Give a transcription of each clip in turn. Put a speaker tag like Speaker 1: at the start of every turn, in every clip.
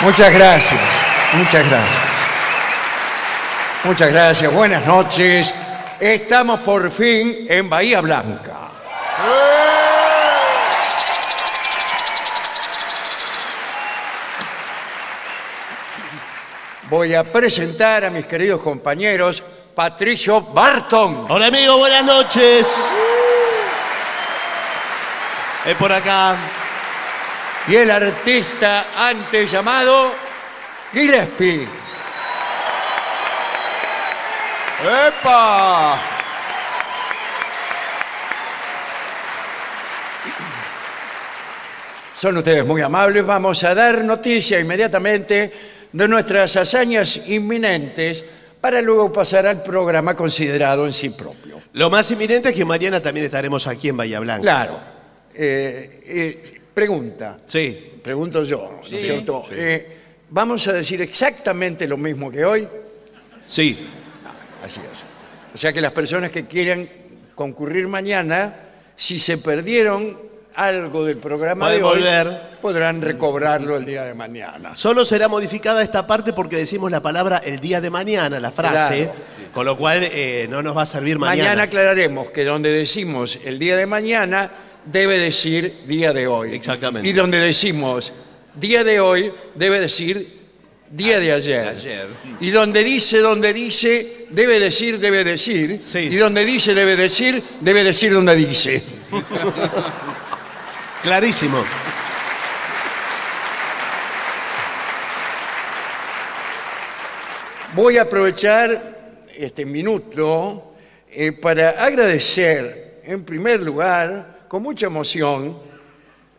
Speaker 1: Muchas gracias, muchas gracias. Muchas gracias, buenas noches. Estamos por fin en Bahía Blanca. Voy a presentar a mis queridos compañeros Patricio Barton,
Speaker 2: Hola amigos, buenas noches. Uh. Es por acá.
Speaker 1: y el artista antes llamado Gillespie.
Speaker 3: ¡Epa!
Speaker 1: Son ustedes muy amables. Vamos a dar noticia inmediatamente de nuestras hazañas inminentes para luego pasar al programa considerado en sí propio.
Speaker 2: Lo más inminente es que mañana también estaremos aquí en Bahía Blanca.
Speaker 1: Claro. eh, eh, pregunta.
Speaker 2: Sí.
Speaker 1: Pregunto yo, ¿no es
Speaker 2: Sí,
Speaker 1: cierto?
Speaker 2: sí.
Speaker 1: Eh, vamos a decir exactamente lo mismo que hoy.
Speaker 2: Sí.
Speaker 1: Así es. O sea que las personas que quieran concurrir mañana, si se perdieron algo del programa
Speaker 2: Pueden
Speaker 1: de hoy,
Speaker 2: volver.
Speaker 1: podrán recobrarlo el día de mañana.
Speaker 2: Solo será modificada esta parte porque decimos la palabra el día de mañana, la frase,
Speaker 1: Claro.
Speaker 2: con lo cual eh, no nos va a servir
Speaker 1: Mañana.
Speaker 2: mañana.
Speaker 1: aclararemos que donde decimos el día de mañana, debe decir día de hoy.
Speaker 2: Exactamente.
Speaker 1: Y donde decimos día de hoy, debe decir día de ayer.
Speaker 3: ayer.
Speaker 1: Y donde dice, donde dice, debe decir, debe decir.
Speaker 2: Sí.
Speaker 1: Y donde dice, debe decir, debe decir donde dice.
Speaker 2: Clarísimo.
Speaker 1: Voy a aprovechar este minuto eh, para agradecer, en primer lugar, con mucha emoción,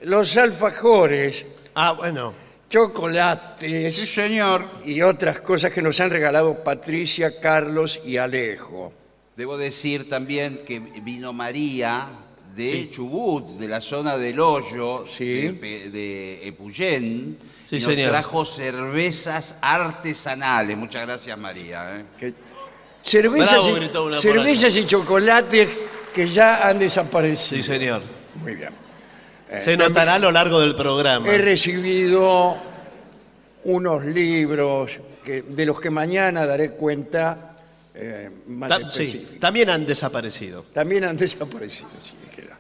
Speaker 1: los alfajores,
Speaker 2: Ah, bueno.
Speaker 1: chocolates.
Speaker 3: Sí, señor.
Speaker 1: y otras cosas que nos han regalado Patricia, Carlos y Alejo.
Speaker 3: Debo decir también que vino María de Chubut, de la zona del Hoyo,
Speaker 1: Sí.
Speaker 3: de, Pe- de Epuyén,
Speaker 2: Sí,
Speaker 3: y nos
Speaker 2: señor.
Speaker 3: trajo cervezas artesanales. Muchas gracias, María. ¿eh?
Speaker 1: Que- cervezas
Speaker 2: Bravo,
Speaker 1: y,
Speaker 2: gritó una por
Speaker 1: cervezas y chocolates que ya han desaparecido.
Speaker 2: Sí, señor.
Speaker 1: Muy bien.
Speaker 2: Se notará a lo largo del programa.
Speaker 1: He recibido unos libros que- de los que mañana daré cuenta eh, más
Speaker 2: Ta- sí,
Speaker 1: específica.
Speaker 2: también han desaparecido.
Speaker 1: También han desaparecido. sí, es que era.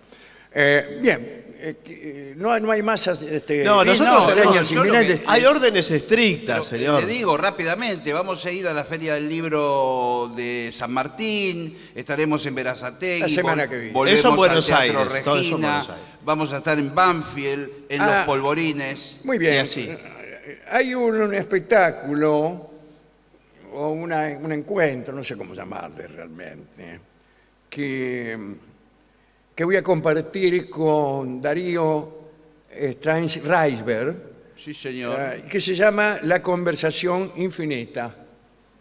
Speaker 1: Eh, bien, eh, que- eh, no, no hay más... este,
Speaker 2: No,
Speaker 3: bien,
Speaker 2: nosotros
Speaker 3: no,
Speaker 2: tenemos-
Speaker 3: no, yo lo que-
Speaker 2: Hay órdenes estrictas,
Speaker 3: Pero,
Speaker 2: señor.
Speaker 3: Te digo rápidamente, vamos a ir a la Feria del Libro de San Martín, estaremos en Verazategui,
Speaker 1: La semana
Speaker 3: vol-
Speaker 1: que viene.
Speaker 3: volvemos
Speaker 2: Eso en Buenos
Speaker 3: al Teatro
Speaker 2: Aires, todo eso en
Speaker 3: Regina,
Speaker 2: Buenos Aires.
Speaker 3: vamos a estar en Banfield, en
Speaker 1: Ah.
Speaker 3: Los Polvorines.
Speaker 1: Muy bien.
Speaker 2: Y así.
Speaker 1: Hay un, un espectáculo o una- un encuentro, no sé cómo llamarle realmente, que, que voy a compartir con Darío eh, Strange Reisberg,
Speaker 3: Sí, señor.
Speaker 1: eh, que se llama La conversación infinita.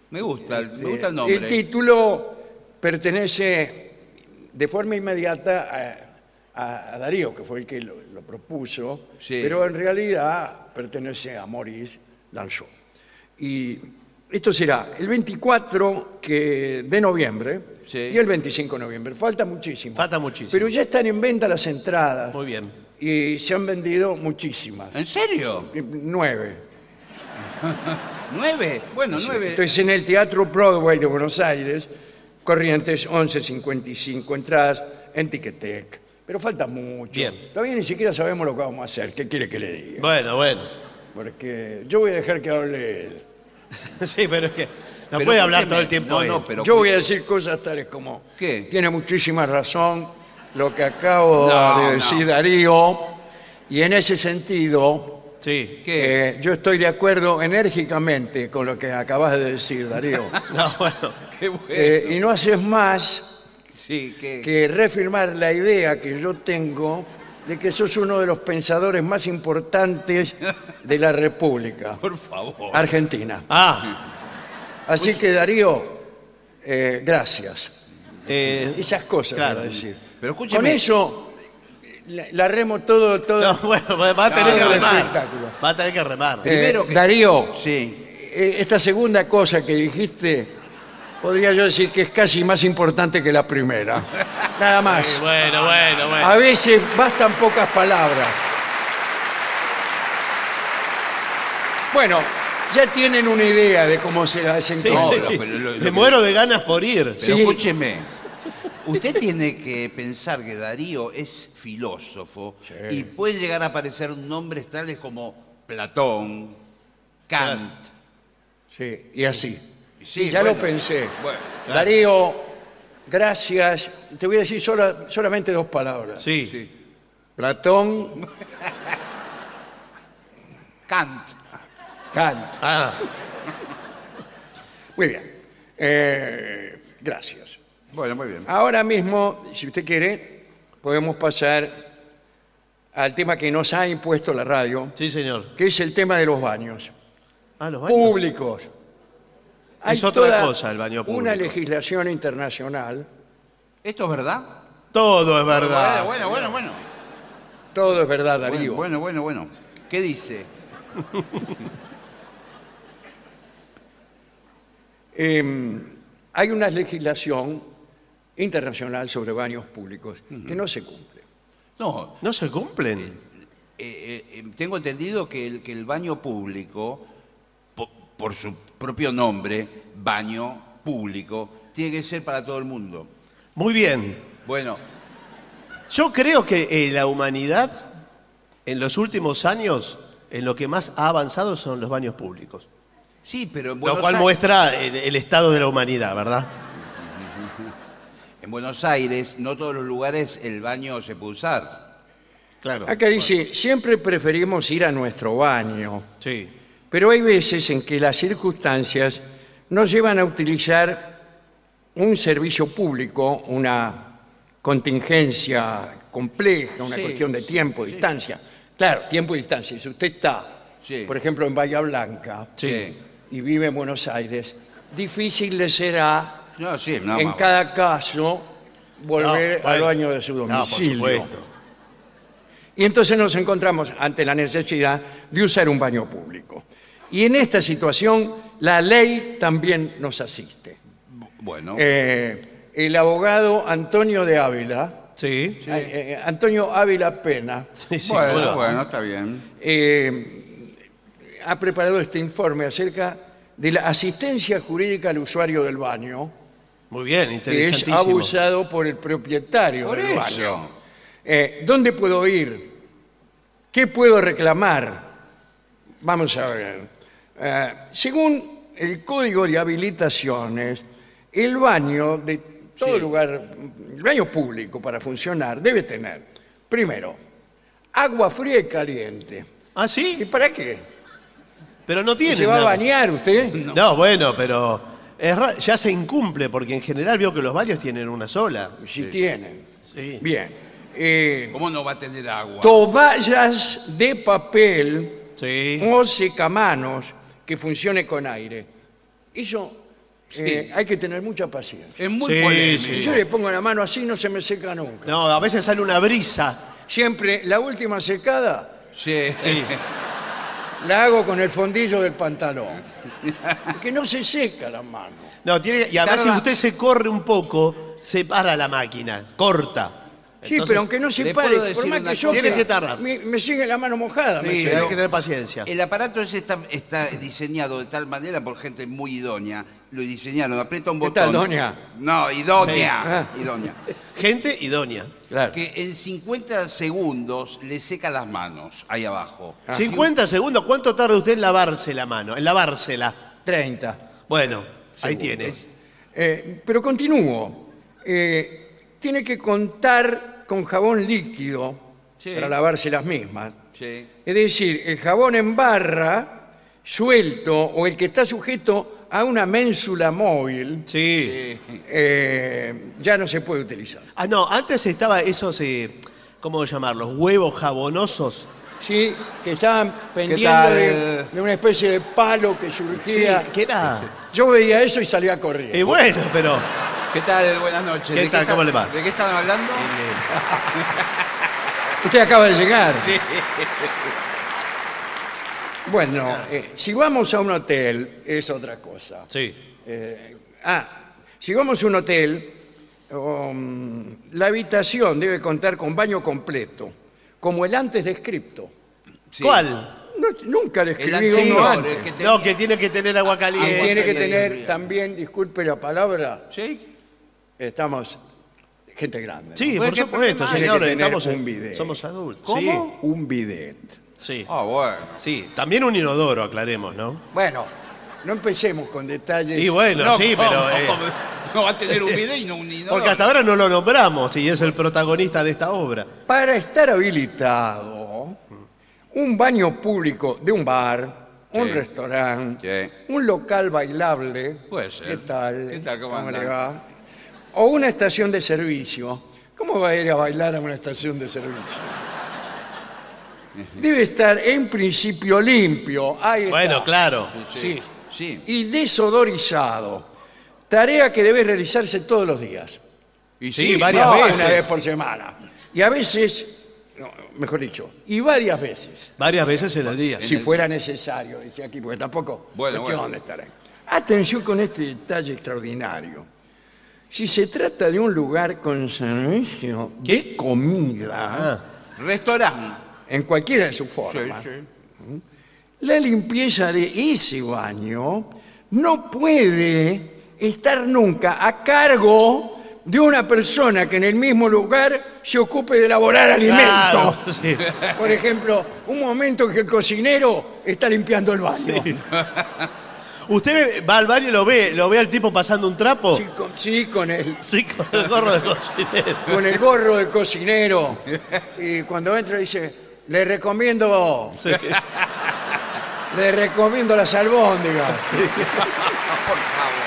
Speaker 3: Me gusta, el- me gusta
Speaker 1: Eh,
Speaker 3: el
Speaker 1: El
Speaker 3: nombre.
Speaker 1: título pertenece de forma inmediata a, a- a Darío, que fue el que lo, lo propuso,
Speaker 3: Sí.
Speaker 1: pero en realidad pertenece a Maurice Lanchot. Y esto será el 24 que- de noviembre
Speaker 3: Sí.
Speaker 1: y el 25 de noviembre. Falta muchísimo.
Speaker 2: Falta muchísimo.
Speaker 1: Pero ya están en venta las entradas.
Speaker 2: Muy bien.
Speaker 1: Y se han vendido muchísimas.
Speaker 3: ¿En serio?
Speaker 1: Nueve.
Speaker 3: ¿Nueve? Bueno, nueve.
Speaker 1: Entonces en el Teatro Broadway de Buenos Aires, Corrientes 1155, entradas en Ticketek. Pero falta mucho.
Speaker 2: Bien.
Speaker 1: Todavía ni siquiera sabemos lo que vamos a hacer. ¿Qué quiere que le diga?
Speaker 2: Bueno, bueno.
Speaker 1: Porque yo voy a dejar que hable él.
Speaker 2: Sí, pero es que no
Speaker 3: Pero
Speaker 2: puede hablar
Speaker 3: escúcheme,
Speaker 2: todo el tiempo.
Speaker 3: No,
Speaker 2: él.
Speaker 3: no, pero.
Speaker 1: Yo voy a decir cosas tales como...
Speaker 3: ¿Qué?
Speaker 1: Tiene muchísima razón lo que acabo
Speaker 3: No,
Speaker 1: de
Speaker 3: no.
Speaker 1: decir Darío. Y en ese sentido,
Speaker 2: Sí.
Speaker 3: ¿Qué?
Speaker 1: Eh, yo estoy de acuerdo enérgicamente con lo que acabas de decir, Darío.
Speaker 2: No, bueno.
Speaker 3: Qué bueno.
Speaker 1: Eh, y no haces más
Speaker 3: sí, ¿qué?
Speaker 1: que reafirmar la idea que yo tengo de que sos uno de los pensadores más importantes de la República
Speaker 3: Por favor.
Speaker 1: Argentina.
Speaker 2: Ah,
Speaker 1: Así que, Darío, eh, gracias.
Speaker 2: eh,
Speaker 1: Esas cosas
Speaker 2: Claro.
Speaker 1: para decir.
Speaker 3: Pero escúcheme.
Speaker 1: Con eso la, la remo todo, todo. Eh,
Speaker 2: no, bueno, va a tener
Speaker 3: No,
Speaker 2: que
Speaker 3: no,
Speaker 2: remar.
Speaker 1: espectáculo.
Speaker 2: Va a tener que remar.
Speaker 1: Eh,
Speaker 3: primero que-
Speaker 1: Darío,
Speaker 3: Sí.
Speaker 1: eh, esta segunda cosa que dijiste, podría yo decir que es casi más importante que la primera. Nada
Speaker 3: Eh,
Speaker 1: más.
Speaker 2: Bueno, bueno, bueno.
Speaker 1: A veces bastan pocas palabras. Bueno, ya tienen una idea de cómo se hacen
Speaker 2: Sí,
Speaker 1: cosas.
Speaker 2: sí,
Speaker 3: no,
Speaker 2: sí.
Speaker 3: pero lo- lo
Speaker 2: Me
Speaker 3: que-
Speaker 2: muero de ganas por ir.
Speaker 3: Pero
Speaker 1: Sí.
Speaker 3: escúcheme. Usted tiene que pensar que Darío es filósofo y pueden llegar a aparecer nombres tales como Platón, Kant.
Speaker 1: Sí, y así.
Speaker 3: Sí,
Speaker 1: ya lo
Speaker 3: bueno.
Speaker 1: pensé.
Speaker 3: Bueno,
Speaker 1: Darío, gracias. Te voy a decir sola- solamente dos palabras.
Speaker 2: Sí.
Speaker 3: sí.
Speaker 1: Platón,
Speaker 3: Kant.
Speaker 1: Kant.
Speaker 2: Ah,
Speaker 1: Muy bien. Eh, gracias.
Speaker 3: Bueno, muy bien.
Speaker 1: Ahora mismo, si usted quiere, podemos pasar al tema que nos ha impuesto la radio,
Speaker 2: sí, señor.
Speaker 1: que es el tema de los baños
Speaker 2: Ah, los baños.
Speaker 1: públicos.
Speaker 2: Es otra
Speaker 1: toda
Speaker 2: cosa el baño
Speaker 1: Una
Speaker 2: público.
Speaker 1: legislación internacional,
Speaker 3: ¿Esto es verdad?
Speaker 2: Todo es verdad.
Speaker 3: Bueno, bueno, bueno.
Speaker 1: todo es verdad, Darío.
Speaker 3: Bueno, bueno, bueno, bueno. ¿Qué dice?
Speaker 1: Eh, hay una legislación internacional sobre baños públicos que no se cumple.
Speaker 3: No,
Speaker 2: No se cumplen.
Speaker 3: eh, eh, eh, tengo entendido que el, que el baño público, po- por su propio nombre, baño público, tiene que ser para todo el mundo.
Speaker 2: Muy bien.
Speaker 3: Bueno,
Speaker 2: Yo creo que eh, la humanidad en los últimos años en lo que más ha avanzado son los baños públicos.
Speaker 3: sí, pero en Buenos,
Speaker 2: lo cual
Speaker 3: Ai-
Speaker 2: muestra el, el estado de la humanidad, ¿verdad?
Speaker 3: en Buenos Aires, no todos los lugares el baño se puede usar.
Speaker 2: Claro.
Speaker 1: Acá dice, siempre preferimos ir a nuestro baño,
Speaker 2: Sí.
Speaker 1: pero hay veces en que las circunstancias nos llevan a utilizar un servicio público, una contingencia compleja, una
Speaker 3: Sí,
Speaker 1: cuestión de tiempo, distancia. Claro, tiempo y distancia. Si usted está,
Speaker 3: Sí.
Speaker 1: por ejemplo, en Bahía Blanca
Speaker 2: Sí.
Speaker 1: y vive en Buenos Aires, difícil le será
Speaker 3: No, sí, no,
Speaker 1: en
Speaker 3: más-
Speaker 1: cada caso volver
Speaker 2: No, bueno.
Speaker 1: al baño de su
Speaker 2: No, por
Speaker 1: domicilio.
Speaker 2: supuesto.
Speaker 1: y entonces nos encontramos ante la necesidad de usar un baño público. Y en esta situación la ley también nos asiste.
Speaker 3: Bueno,
Speaker 1: Eh, el abogado Antonio de Ávila,
Speaker 2: Sí.
Speaker 1: eh, eh, Antonio Ávila Pena,
Speaker 2: Sí, sí,
Speaker 3: bueno,
Speaker 2: bueno.
Speaker 3: bueno, está bien.
Speaker 1: eh, ha preparado este informe acerca de la asistencia jurídica al usuario del baño,
Speaker 2: Muy bien,
Speaker 1: que es
Speaker 2: interesantísimo.
Speaker 1: abusado por el propietario
Speaker 3: Por
Speaker 1: del baño.
Speaker 3: eso.
Speaker 1: Eh, ¿Dónde puedo ir? ¿Qué puedo reclamar? Vamos a ver. Eh, según el Código de Habilitaciones, el baño de todo lugar, el baño público para funcionar, debe tener, primero, agua fría y caliente.
Speaker 2: ¿Ah,
Speaker 1: ¿Y
Speaker 2: sí?
Speaker 1: para qué?
Speaker 2: Pero no tiene.
Speaker 1: ¿Se va a
Speaker 2: nada.
Speaker 1: bañar usted?
Speaker 2: No. bueno, pero es ra- ya se incumple porque en general veo que los baños tienen una sola.
Speaker 1: Si tienen.
Speaker 2: Sí.
Speaker 1: Bien. Eh,
Speaker 3: ¿Cómo no va a tener agua?
Speaker 1: toallas de papel
Speaker 2: Sí.
Speaker 1: o secamanos que funcione con aire. Eso eh, hay que tener mucha paciencia.
Speaker 3: Es muy
Speaker 2: Sí,
Speaker 3: polémico.
Speaker 2: sí.
Speaker 1: Yo le pongo la mano así, no se me seca nunca.
Speaker 2: No, a veces sale una brisa.
Speaker 1: Siempre la última secada
Speaker 3: Sí.
Speaker 1: la hago con el fondillo del pantalón. Que no se seca la mano.
Speaker 2: No, tiene, y además
Speaker 3: Tarda-
Speaker 2: si usted se corre un poco, se para la máquina, corta.
Speaker 1: Sí,
Speaker 2: Entonces,
Speaker 1: pero aunque no se
Speaker 3: le
Speaker 1: pare,
Speaker 3: puedo
Speaker 1: por
Speaker 3: decir
Speaker 1: más
Speaker 3: una
Speaker 1: que yo...
Speaker 3: cosa.
Speaker 2: Tiene que tardar.
Speaker 1: Me, me sigue la mano mojada. me
Speaker 3: Sí, Eh.
Speaker 1: sigue.
Speaker 2: hay
Speaker 3: pero-
Speaker 2: que tener paciencia.
Speaker 3: El aparato ese está, está diseñado de tal manera por gente muy idónea. Lo diseñaron, aprieta un
Speaker 1: ¿Qué
Speaker 3: botón.
Speaker 1: tal, doña?
Speaker 3: No, idónea.
Speaker 1: Sí. Ah.
Speaker 3: Idónea.
Speaker 2: Gente idónea.
Speaker 1: Claro.
Speaker 3: Que en 50 segundos le seca las manos ahí abajo.
Speaker 1: Ah.
Speaker 2: 50 segundos, ¿cuánto tarda usted en lavarse la mano? En lavársela.
Speaker 1: 30.
Speaker 2: Bueno, ahí tiene.
Speaker 1: Eh, pero continúo. Eh, tiene que contar con jabón líquido para lavarse las mismas.
Speaker 3: Sí.
Speaker 1: Es decir, el jabón en barra, suelto o el que está sujeto a una ménsula móvil,
Speaker 2: Sí.
Speaker 3: Sí.
Speaker 1: eh, ya no se puede utilizar.
Speaker 2: Ah, no, antes estaba esos, eh, ¿cómo llamarlos? Huevos jabonosos.
Speaker 1: Sí, que estaban pendiendo
Speaker 3: tal?
Speaker 1: de, de una especie de palo que surgía.
Speaker 2: ¿Qué era?
Speaker 1: Yo veía eso y salía corriendo.
Speaker 2: Eh, bueno, pero
Speaker 3: ¿Qué tal? Buenas noches.
Speaker 2: ¿Qué
Speaker 3: ¿De
Speaker 2: tal?
Speaker 3: está-
Speaker 2: ¿Cómo le va?
Speaker 3: ¿De qué están hablando?
Speaker 1: Usted acaba de llegar. Bueno, eh, si vamos a un hotel, es otra cosa.
Speaker 2: sí.
Speaker 1: Ah, si vamos a un hotel, um, la habitación debe contar con baño completo, como el antes descripto.
Speaker 3: Sí.
Speaker 2: ¿Cuál?
Speaker 1: No, nunca describí
Speaker 3: El
Speaker 1: uno
Speaker 3: anterior.
Speaker 1: antes.
Speaker 3: el que
Speaker 2: No,
Speaker 3: tenía-
Speaker 2: que tiene que tener agua
Speaker 1: Y
Speaker 2: caliente.
Speaker 1: tiene que
Speaker 3: Ay, ay, ay,
Speaker 1: tener
Speaker 3: ay.
Speaker 1: también, disculpe la palabra,
Speaker 3: Sí.
Speaker 1: estamos gente grande. ¿no?
Speaker 2: Sí,
Speaker 3: Bueno,
Speaker 2: por
Speaker 3: ¿qué
Speaker 2: supuesto,
Speaker 3: problema
Speaker 2: señores,
Speaker 3: hay?
Speaker 1: Tiene que tener
Speaker 2: estamos
Speaker 1: un bidet.
Speaker 2: en, somos adultos.
Speaker 3: ¿Cómo?
Speaker 1: Un bidet.
Speaker 2: Sí, sí,
Speaker 3: Ah, bueno.
Speaker 2: sí. También un inodoro, aclaremos, ¿no?
Speaker 1: Bueno, no empecemos con detalles.
Speaker 2: Y bueno, sí,
Speaker 3: ¿cómo?
Speaker 2: pero... eh,
Speaker 3: No va a tener un video y no un inodoro.
Speaker 2: porque hasta ahora no lo nombramos y es el protagonista de esta obra.
Speaker 1: Para estar habilitado, un baño público de un bar, un
Speaker 3: Sí.
Speaker 1: restaurante,
Speaker 3: Sí.
Speaker 1: un local bailable,
Speaker 3: Puede ser.
Speaker 1: ¿qué tal?
Speaker 3: ¿Qué tal? ¿Cómo
Speaker 1: le
Speaker 3: andan?
Speaker 1: va? O una estación de servicio. ¿Cómo va a ir a bailar a una estación de servicio? Debe estar en principio limpio. Ahí está.
Speaker 2: Bueno, claro.
Speaker 1: Sí.
Speaker 3: Sí.
Speaker 1: Y desodorizado. Tarea que debe realizarse todos los días.
Speaker 3: Y eh,
Speaker 2: Sí, varias
Speaker 1: No,
Speaker 2: veces.
Speaker 1: Una vez por semana. Y a veces, no, mejor dicho, y varias veces,
Speaker 2: Varias veces en el día.
Speaker 1: si fuera necesario, decía aquí, porque tampoco
Speaker 3: Bueno,
Speaker 1: cuestión
Speaker 3: bueno.
Speaker 1: de estar ahí. Atención con este detalle extraordinario. Si se trata de un lugar con servicio de
Speaker 2: ¿Qué?
Speaker 1: comida,
Speaker 3: Restaurante.
Speaker 1: en cualquiera de sus
Speaker 3: Ah. Sí,
Speaker 1: formas,
Speaker 3: sí.
Speaker 1: la limpieza de ese baño no puede estar nunca a cargo de una persona que en el mismo lugar se ocupe de elaborar alimentos.
Speaker 2: Claro, sí.
Speaker 1: Por ejemplo, un momento en que el cocinero está limpiando el baño. Sí,
Speaker 2: Usted va al baño y lo ve, lo ve al tipo pasando un trapo. Sí,
Speaker 1: con, sí, con el,
Speaker 2: con el gorro de cocinero.
Speaker 1: con el gorro de cocinero. Y cuando entra dice, le recomiendo... Le recomiendo las albóndigas.
Speaker 3: Por favor.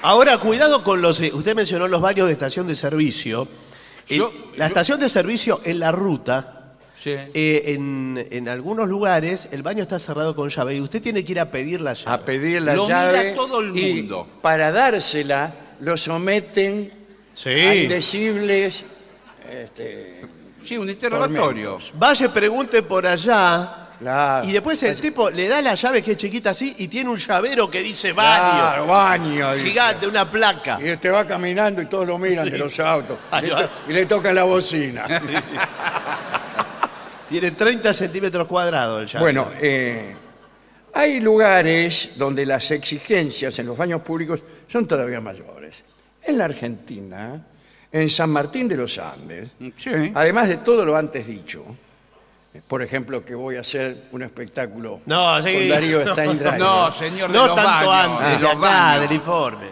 Speaker 2: Ahora, cuidado con los. eh, Usted mencionó los baños de estación de servicio. Eh,
Speaker 3: Yo-
Speaker 2: la
Speaker 3: yo-
Speaker 2: estación de servicio en la ruta,
Speaker 3: Sí.
Speaker 2: eh, en, en algunos lugares, el baño está cerrado con llave y usted tiene que ir a pedir la llave.
Speaker 1: a pedir la
Speaker 3: Lo mira
Speaker 1: llave.
Speaker 3: todo el
Speaker 1: y
Speaker 3: mundo.
Speaker 1: para dársela, lo someten a indecibles. este,
Speaker 3: Sí, un interrogatorio.
Speaker 2: Vaya, pregunte por allá.
Speaker 1: claro,
Speaker 2: Y después el
Speaker 1: Vaya-
Speaker 2: tipo le da la llave que es chiquita así y tiene un llavero que dice baño.
Speaker 1: Claro, baño. dice.
Speaker 2: Gigante, una placa.
Speaker 1: Y te va caminando y todos lo miran de los autos.
Speaker 2: Ahí
Speaker 1: Le
Speaker 2: va.
Speaker 1: to- y le tocan la bocina.
Speaker 2: Tiene 30 centímetros cuadrados el llavero.
Speaker 1: Bueno, eh, hay lugares donde las exigencias en los baños públicos son todavía mayores. En la Argentina, en San Martín de los Andes,
Speaker 2: Mm.
Speaker 3: Sí.
Speaker 1: además de todo lo antes dicho, por ejemplo, que voy a hacer un espectáculo
Speaker 2: No, sí.
Speaker 1: con Darío
Speaker 2: No,
Speaker 1: Steinreich,
Speaker 3: No, señor, de
Speaker 2: no
Speaker 3: los
Speaker 2: tanto
Speaker 3: baños.
Speaker 2: antes,
Speaker 3: de
Speaker 2: de
Speaker 3: los
Speaker 2: acá,
Speaker 3: baños.
Speaker 2: del informe.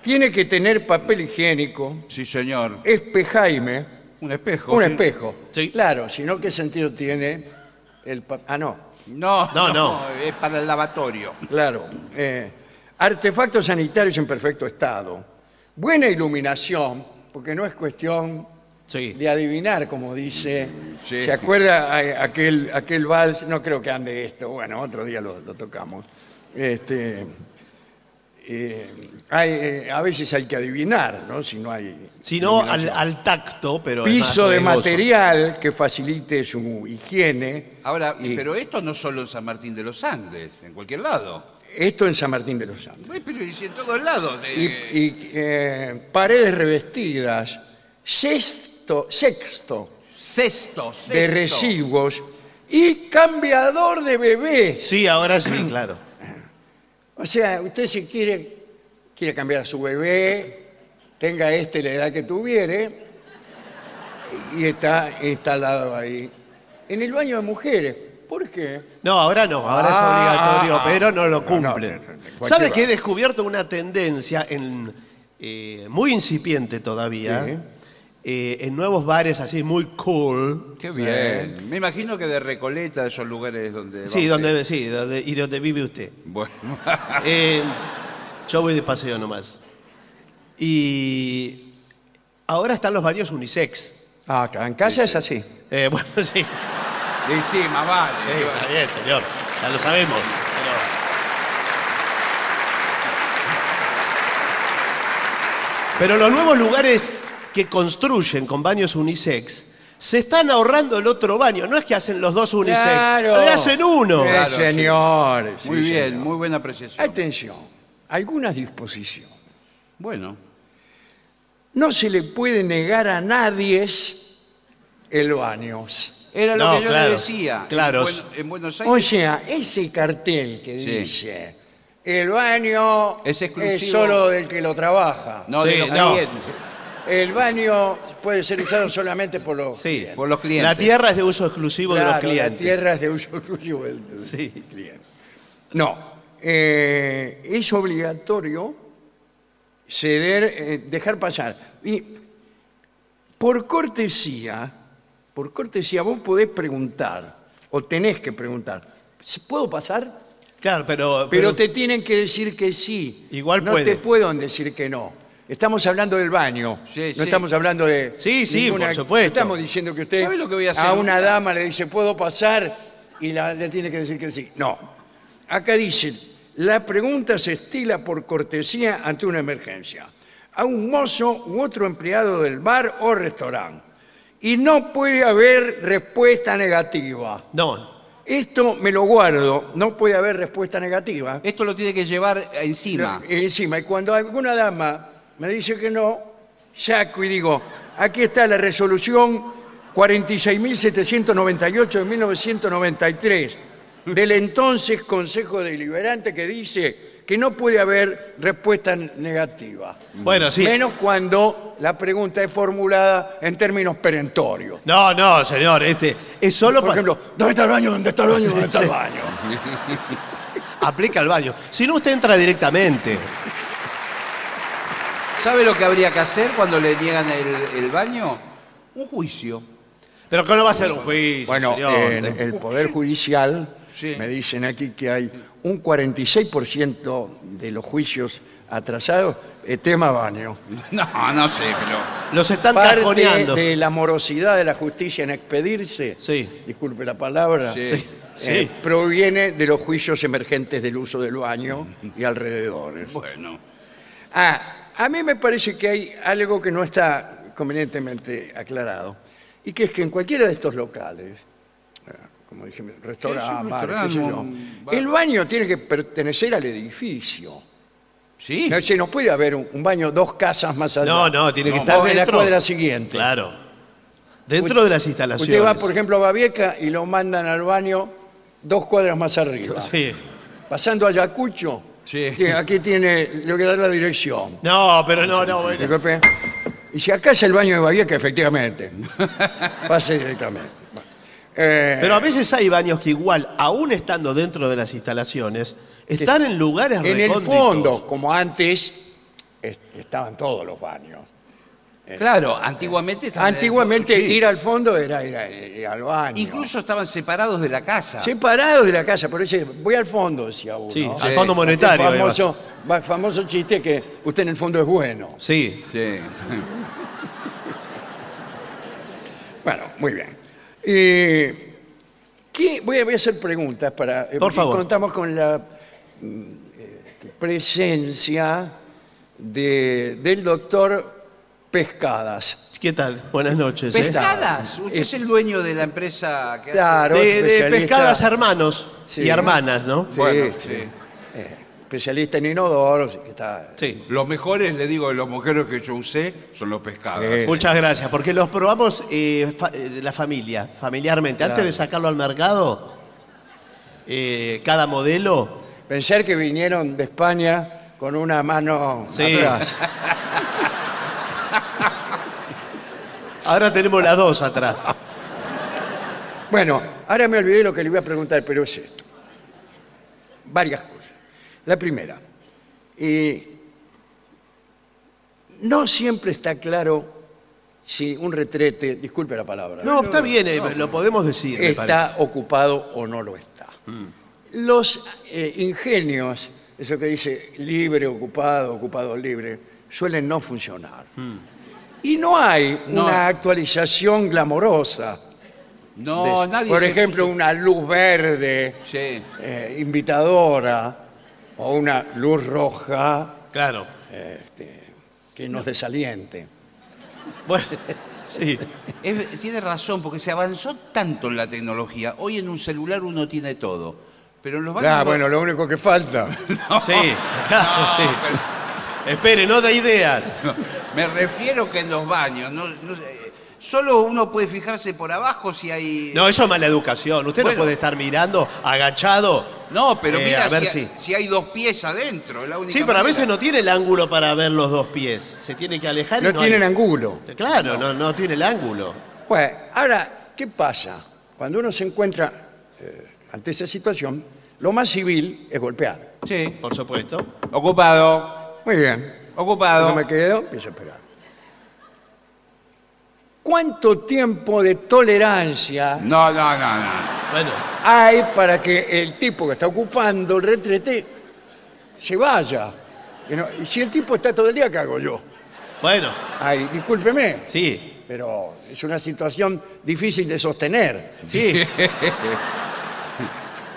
Speaker 1: tiene que tener papel higiénico,
Speaker 3: Sí, señor.
Speaker 1: espejaime,
Speaker 3: Un espejo.
Speaker 1: un
Speaker 3: sí.
Speaker 1: espejo.
Speaker 2: Sí.
Speaker 1: Claro, si no, ¿qué sentido tiene el papel? Ah, no.
Speaker 3: No,
Speaker 2: No,
Speaker 3: no,
Speaker 2: no.
Speaker 3: Es para el lavatorio.
Speaker 1: Claro. eh, artefactos sanitarios en perfecto estado. Buena iluminación, porque no es cuestión
Speaker 2: Sí.
Speaker 1: de adivinar, como dice.
Speaker 3: Sí.
Speaker 1: ¿Se acuerda a- aquel, aquel vals? No creo que ande esto. Bueno, otro día lo, lo tocamos. Este, eh, hay, eh, a veces hay que adivinar, ¿no? Si no hay.
Speaker 2: Si no, al,
Speaker 1: iluminación.
Speaker 2: al tacto, pero. es más
Speaker 1: Piso de
Speaker 2: riesgoso.
Speaker 1: material que facilite su higiene.
Speaker 3: Ahora,
Speaker 1: Y
Speaker 3: pero esto no solo en San Martín de los Andes, en cualquier lado.
Speaker 1: Esto en San Martín de los Andes.
Speaker 3: Eh, Pero es en todos lados. eh.
Speaker 1: y, y, eh, paredes revestidas, sexto, sexto
Speaker 3: Cesto, cesto.
Speaker 1: de residuos y cambiador de bebés.
Speaker 2: Sí, ahora sí, claro.
Speaker 1: O sea, usted si quiere, quiere cambiar a su bebé, tenga este la edad que tuviere y está instalado ahí. En el baño de mujeres. ¿Por qué?
Speaker 2: No, ahora no, ahora
Speaker 1: Ah,
Speaker 2: es obligatorio,
Speaker 1: ah,
Speaker 2: pero no lo
Speaker 1: no, no,
Speaker 2: cumplen.
Speaker 1: sí, sí, cualquier
Speaker 2: ¿Sabe que he
Speaker 1: va.
Speaker 2: descubierto una tendencia en, eh, muy incipiente todavía?
Speaker 1: Sí.
Speaker 2: eh, en nuevos bares así muy cool.
Speaker 3: Qué bien. Me imagino que de Recoleta, de esos lugares donde. va
Speaker 2: Sí,
Speaker 3: usted.
Speaker 2: donde, sí donde- y donde vive usted.
Speaker 3: Bueno.
Speaker 1: Ah.
Speaker 2: Eh, yo voy de paseo nomás. Y ahora están los baños unisex.
Speaker 1: Ah, claro, en casa es así.
Speaker 2: Eh, bueno, sí.
Speaker 3: y sí, más vale.
Speaker 2: Eh, está bien, señor. Ya lo sabemos. Pero... Pero los nuevos lugares que construyen con baños unisex se están ahorrando el otro baño. No es que hacen los dos unisex,
Speaker 1: Claro.
Speaker 2: le hacen uno.
Speaker 1: Eh,
Speaker 3: Claro, sí.
Speaker 1: señores.
Speaker 3: Muy
Speaker 1: sí,
Speaker 3: bien,
Speaker 1: señor.
Speaker 3: muy buena apreciación.
Speaker 1: Atención, algunas disposiciones.
Speaker 3: Bueno.
Speaker 1: No se le puede negar a nadie el baño.
Speaker 3: Era lo
Speaker 2: No,
Speaker 3: que yo
Speaker 2: claro,
Speaker 3: le decía.
Speaker 2: claro.
Speaker 3: En, Buen- en Buenos
Speaker 1: O
Speaker 3: Aires.
Speaker 1: sea, ese cartel que
Speaker 3: Sí.
Speaker 1: dice el baño
Speaker 3: Es exclusivo".
Speaker 1: solo del que lo trabaja.
Speaker 3: no,
Speaker 2: Sí,
Speaker 3: de los
Speaker 2: no.
Speaker 3: clientes.
Speaker 1: El baño puede ser usado solamente por los
Speaker 2: Sí,
Speaker 3: Por los clientes.
Speaker 2: La tierra es de uso exclusivo de los
Speaker 1: Claro,
Speaker 2: clientes.
Speaker 1: La tierra es de uso exclusivo del del
Speaker 2: Sí.
Speaker 1: cliente. No, eh, es obligatorio ceder, eh, dejar pasar. Y por cortesía, por cortesía, vos podés preguntar, o tenés que preguntar, "¿Se- ¿puedo pasar?
Speaker 2: Claro, pero,
Speaker 1: Pero te tienen que decir que sí.
Speaker 2: Igual
Speaker 1: no
Speaker 2: puede.
Speaker 1: te pueden decir que no. Estamos hablando del baño.
Speaker 3: Sí,
Speaker 1: no
Speaker 3: sí.
Speaker 1: estamos hablando de.
Speaker 2: Sí, sí, por supuesto.
Speaker 1: Estamos diciendo que usted
Speaker 3: ¿Sabe lo que voy a hacer?
Speaker 1: una dama le dice, ¿puedo pasar? Y la- le tiene que decir que sí. No. Acá dice, la pregunta se estila por cortesía ante una emergencia. A un mozo u otro empleado del bar o restaurante. Y no puede haber respuesta negativa.
Speaker 2: No,
Speaker 1: Esto me lo guardo, no puede haber respuesta negativa.
Speaker 3: Esto lo tiene que llevar encima.
Speaker 1: Y encima, y cuando alguna dama me dice que no, saco y digo, aquí está la resolución 46.798 de 1993 del entonces Consejo Deliberante que dice que no puede haber respuesta negativa.
Speaker 2: bueno, sí.
Speaker 1: Menos cuando la pregunta es formulada en términos perentorios.
Speaker 2: No, no, señor, este es solo
Speaker 1: Por
Speaker 2: para...
Speaker 1: ejemplo, ¿dónde está el baño? ¿Dónde está el baño? ¿Dónde está el
Speaker 2: Sí.
Speaker 1: baño?
Speaker 2: Aplica al baño. Si no, usted entra directamente.
Speaker 3: ¿Sabe lo que habría que hacer cuando le niegan el, el baño? Un juicio.
Speaker 2: Pero que no va a ser un juicio,
Speaker 1: Bueno, eh,
Speaker 2: señor.
Speaker 1: en el Poder Judicial,
Speaker 3: Sí.
Speaker 1: me dicen aquí que hay un 46% de los juicios atrasados, eh, tema baño.
Speaker 3: No, no sé, pero.
Speaker 2: Los están
Speaker 1: Parte
Speaker 2: cajoneando.
Speaker 1: de la morosidad de la justicia en expedirse,
Speaker 2: Sí.
Speaker 1: disculpe la palabra,
Speaker 3: Sí.
Speaker 1: eh,
Speaker 2: Sí.
Speaker 1: proviene de los juicios emergentes del uso del baño y alrededores.
Speaker 3: Bueno.
Speaker 1: Ah, a mí me parece que hay algo que no está convenientemente aclarado. Y que es que en cualquiera de estos locales, eh, como dije,
Speaker 3: Sí, es
Speaker 1: restaurante,
Speaker 3: un
Speaker 1: bar,
Speaker 3: restaurante,
Speaker 1: qué sé yo,
Speaker 3: un bar.
Speaker 1: el baño tiene que pertenecer al edificio.
Speaker 3: Sí.
Speaker 1: No, se nos puede haber un, un baño dos casas más allá.
Speaker 2: No, no, tiene que
Speaker 1: O
Speaker 2: estar
Speaker 1: en la
Speaker 2: dentro.
Speaker 1: cuadra siguiente.
Speaker 2: Claro. Dentro de las instalaciones.
Speaker 1: Usted va, por ejemplo, a Babieca y lo mandan al baño dos cuadras más arriba.
Speaker 2: Sí.
Speaker 1: Pasando a Ayacucho,
Speaker 3: Sí.
Speaker 1: tiene- aquí tiene lo que da la dirección.
Speaker 2: No, pero no, no, bueno.
Speaker 1: Disculpe. Y si acá es el baño de Bahía, que efectivamente. Pase directamente. Bueno. Eh,
Speaker 2: Pero a veces hay baños que igual, aún estando dentro de las instalaciones, están en lugares
Speaker 1: en el
Speaker 2: recónditos.
Speaker 1: fondo, como antes, es- estaban todos los baños.
Speaker 3: Claro, antiguamente estaban-
Speaker 1: Antiguamente
Speaker 3: Sí.
Speaker 1: ir al fondo era ir, a- ir al baño.
Speaker 3: Incluso estaban separados de la casa.
Speaker 1: Separados de la casa, por eso voy al fondo, decía uno.
Speaker 2: Sí,
Speaker 3: Sí.
Speaker 2: al fondo
Speaker 1: El
Speaker 2: monetario. ahí va.
Speaker 1: famoso, va- famoso chiste que usted en el fondo es bueno.
Speaker 2: Sí.
Speaker 3: Sí.
Speaker 1: Bueno, muy bien. Eh, ¿qué- voy, a, voy a hacer preguntas para. eh,
Speaker 2: Por
Speaker 1: porque
Speaker 2: favor.
Speaker 1: Contamos con la mm, eh, presencia de- del doctor Pescadas.
Speaker 2: ¿Qué tal? Buenas noches. ¿eh?
Speaker 3: Pescadas. Usted es el dueño de la empresa que
Speaker 1: Claro.
Speaker 2: De, de
Speaker 1: Especialista.
Speaker 2: pescadas hermanos
Speaker 1: Sí.
Speaker 2: y hermanas, ¿no?
Speaker 1: Sí,
Speaker 3: hace. Bueno,
Speaker 1: sí.
Speaker 3: sí.
Speaker 1: Eh, especialista en inodoros, que está.
Speaker 2: Sí.
Speaker 3: Los mejores, le digo, de los mujeres que yo usé son los pescados.
Speaker 1: Sí.
Speaker 2: Muchas gracias, porque los probamos eh, fa- eh, de la familia, familiarmente. Antes
Speaker 1: Claro.
Speaker 2: de sacarlo al mercado, eh, cada modelo.
Speaker 1: Pensar que vinieron de España con una mano
Speaker 2: Sí.
Speaker 1: atrás.
Speaker 2: Ahora tenemos las dos atrás.
Speaker 1: Bueno, ahora me olvidé lo que le iba a preguntar, pero es esto. Varias cosas. La primera, eh, no siempre está claro si un retrete, disculpe la palabra,
Speaker 2: No, está bien, eh, lo podemos decir. me parece. Mm.
Speaker 1: está ocupado o no lo está. Los eh, ingenios, eso que dice libre, ocupado, ocupado, libre, suelen no funcionar.
Speaker 2: Mm.
Speaker 1: Y no hay
Speaker 3: No.
Speaker 1: una actualización glamorosa.
Speaker 3: No,
Speaker 1: de-
Speaker 3: nadie.
Speaker 1: Por
Speaker 3: se-
Speaker 1: ejemplo, una luz verde
Speaker 3: Sí.
Speaker 1: eh, invitadora o una luz roja
Speaker 2: Claro.
Speaker 1: que nos desaliente.
Speaker 2: Bueno, sí.
Speaker 3: Es- tiene razón, porque se avanzó tanto en la tecnología. Hoy en un celular uno tiene todo. Pero en los bancos.
Speaker 1: Ah,
Speaker 3: no-
Speaker 1: bueno, lo único que falta.
Speaker 2: Sí, claro,
Speaker 3: No,
Speaker 2: sí. Espere, no da ideas.
Speaker 3: pero- me refiero que en los baños. no- no sé, solo uno puede fijarse por abajo si hay.
Speaker 2: No, eso es mala educación. Usted
Speaker 3: Bueno.
Speaker 2: no puede estar mirando agachado.
Speaker 3: No, pero
Speaker 2: Eh,
Speaker 3: mira
Speaker 2: a ver
Speaker 3: si,
Speaker 2: si-
Speaker 3: si hay dos pies adentro. es la única
Speaker 2: Sí, pero a
Speaker 3: manera.
Speaker 2: veces no tiene el ángulo para ver los dos pies. Se tiene que alejar. y
Speaker 1: No tienen
Speaker 2: hay-
Speaker 1: ángulo.
Speaker 2: Claro, no, no tiene el ángulo.
Speaker 1: Bueno, ahora, ¿qué pasa? Cuando uno se encuentra eh, ante esa situación, lo más civil es golpear.
Speaker 3: Sí.
Speaker 2: Por supuesto.
Speaker 3: Ocupado.
Speaker 1: Muy bien.
Speaker 3: Ocupado.
Speaker 1: No me quedo, empiezo a esperar. ¿Cuánto tiempo de tolerancia
Speaker 3: No, no, no, no.
Speaker 2: Bueno,
Speaker 1: hay para que el tipo que está ocupando el retrete se vaya? Que no- Y si el tipo está todo el día, ¿qué hago yo?
Speaker 2: bueno,
Speaker 1: Ay, discúlpeme,
Speaker 2: sí.
Speaker 1: pero es una situación difícil de sostener.
Speaker 2: Sí.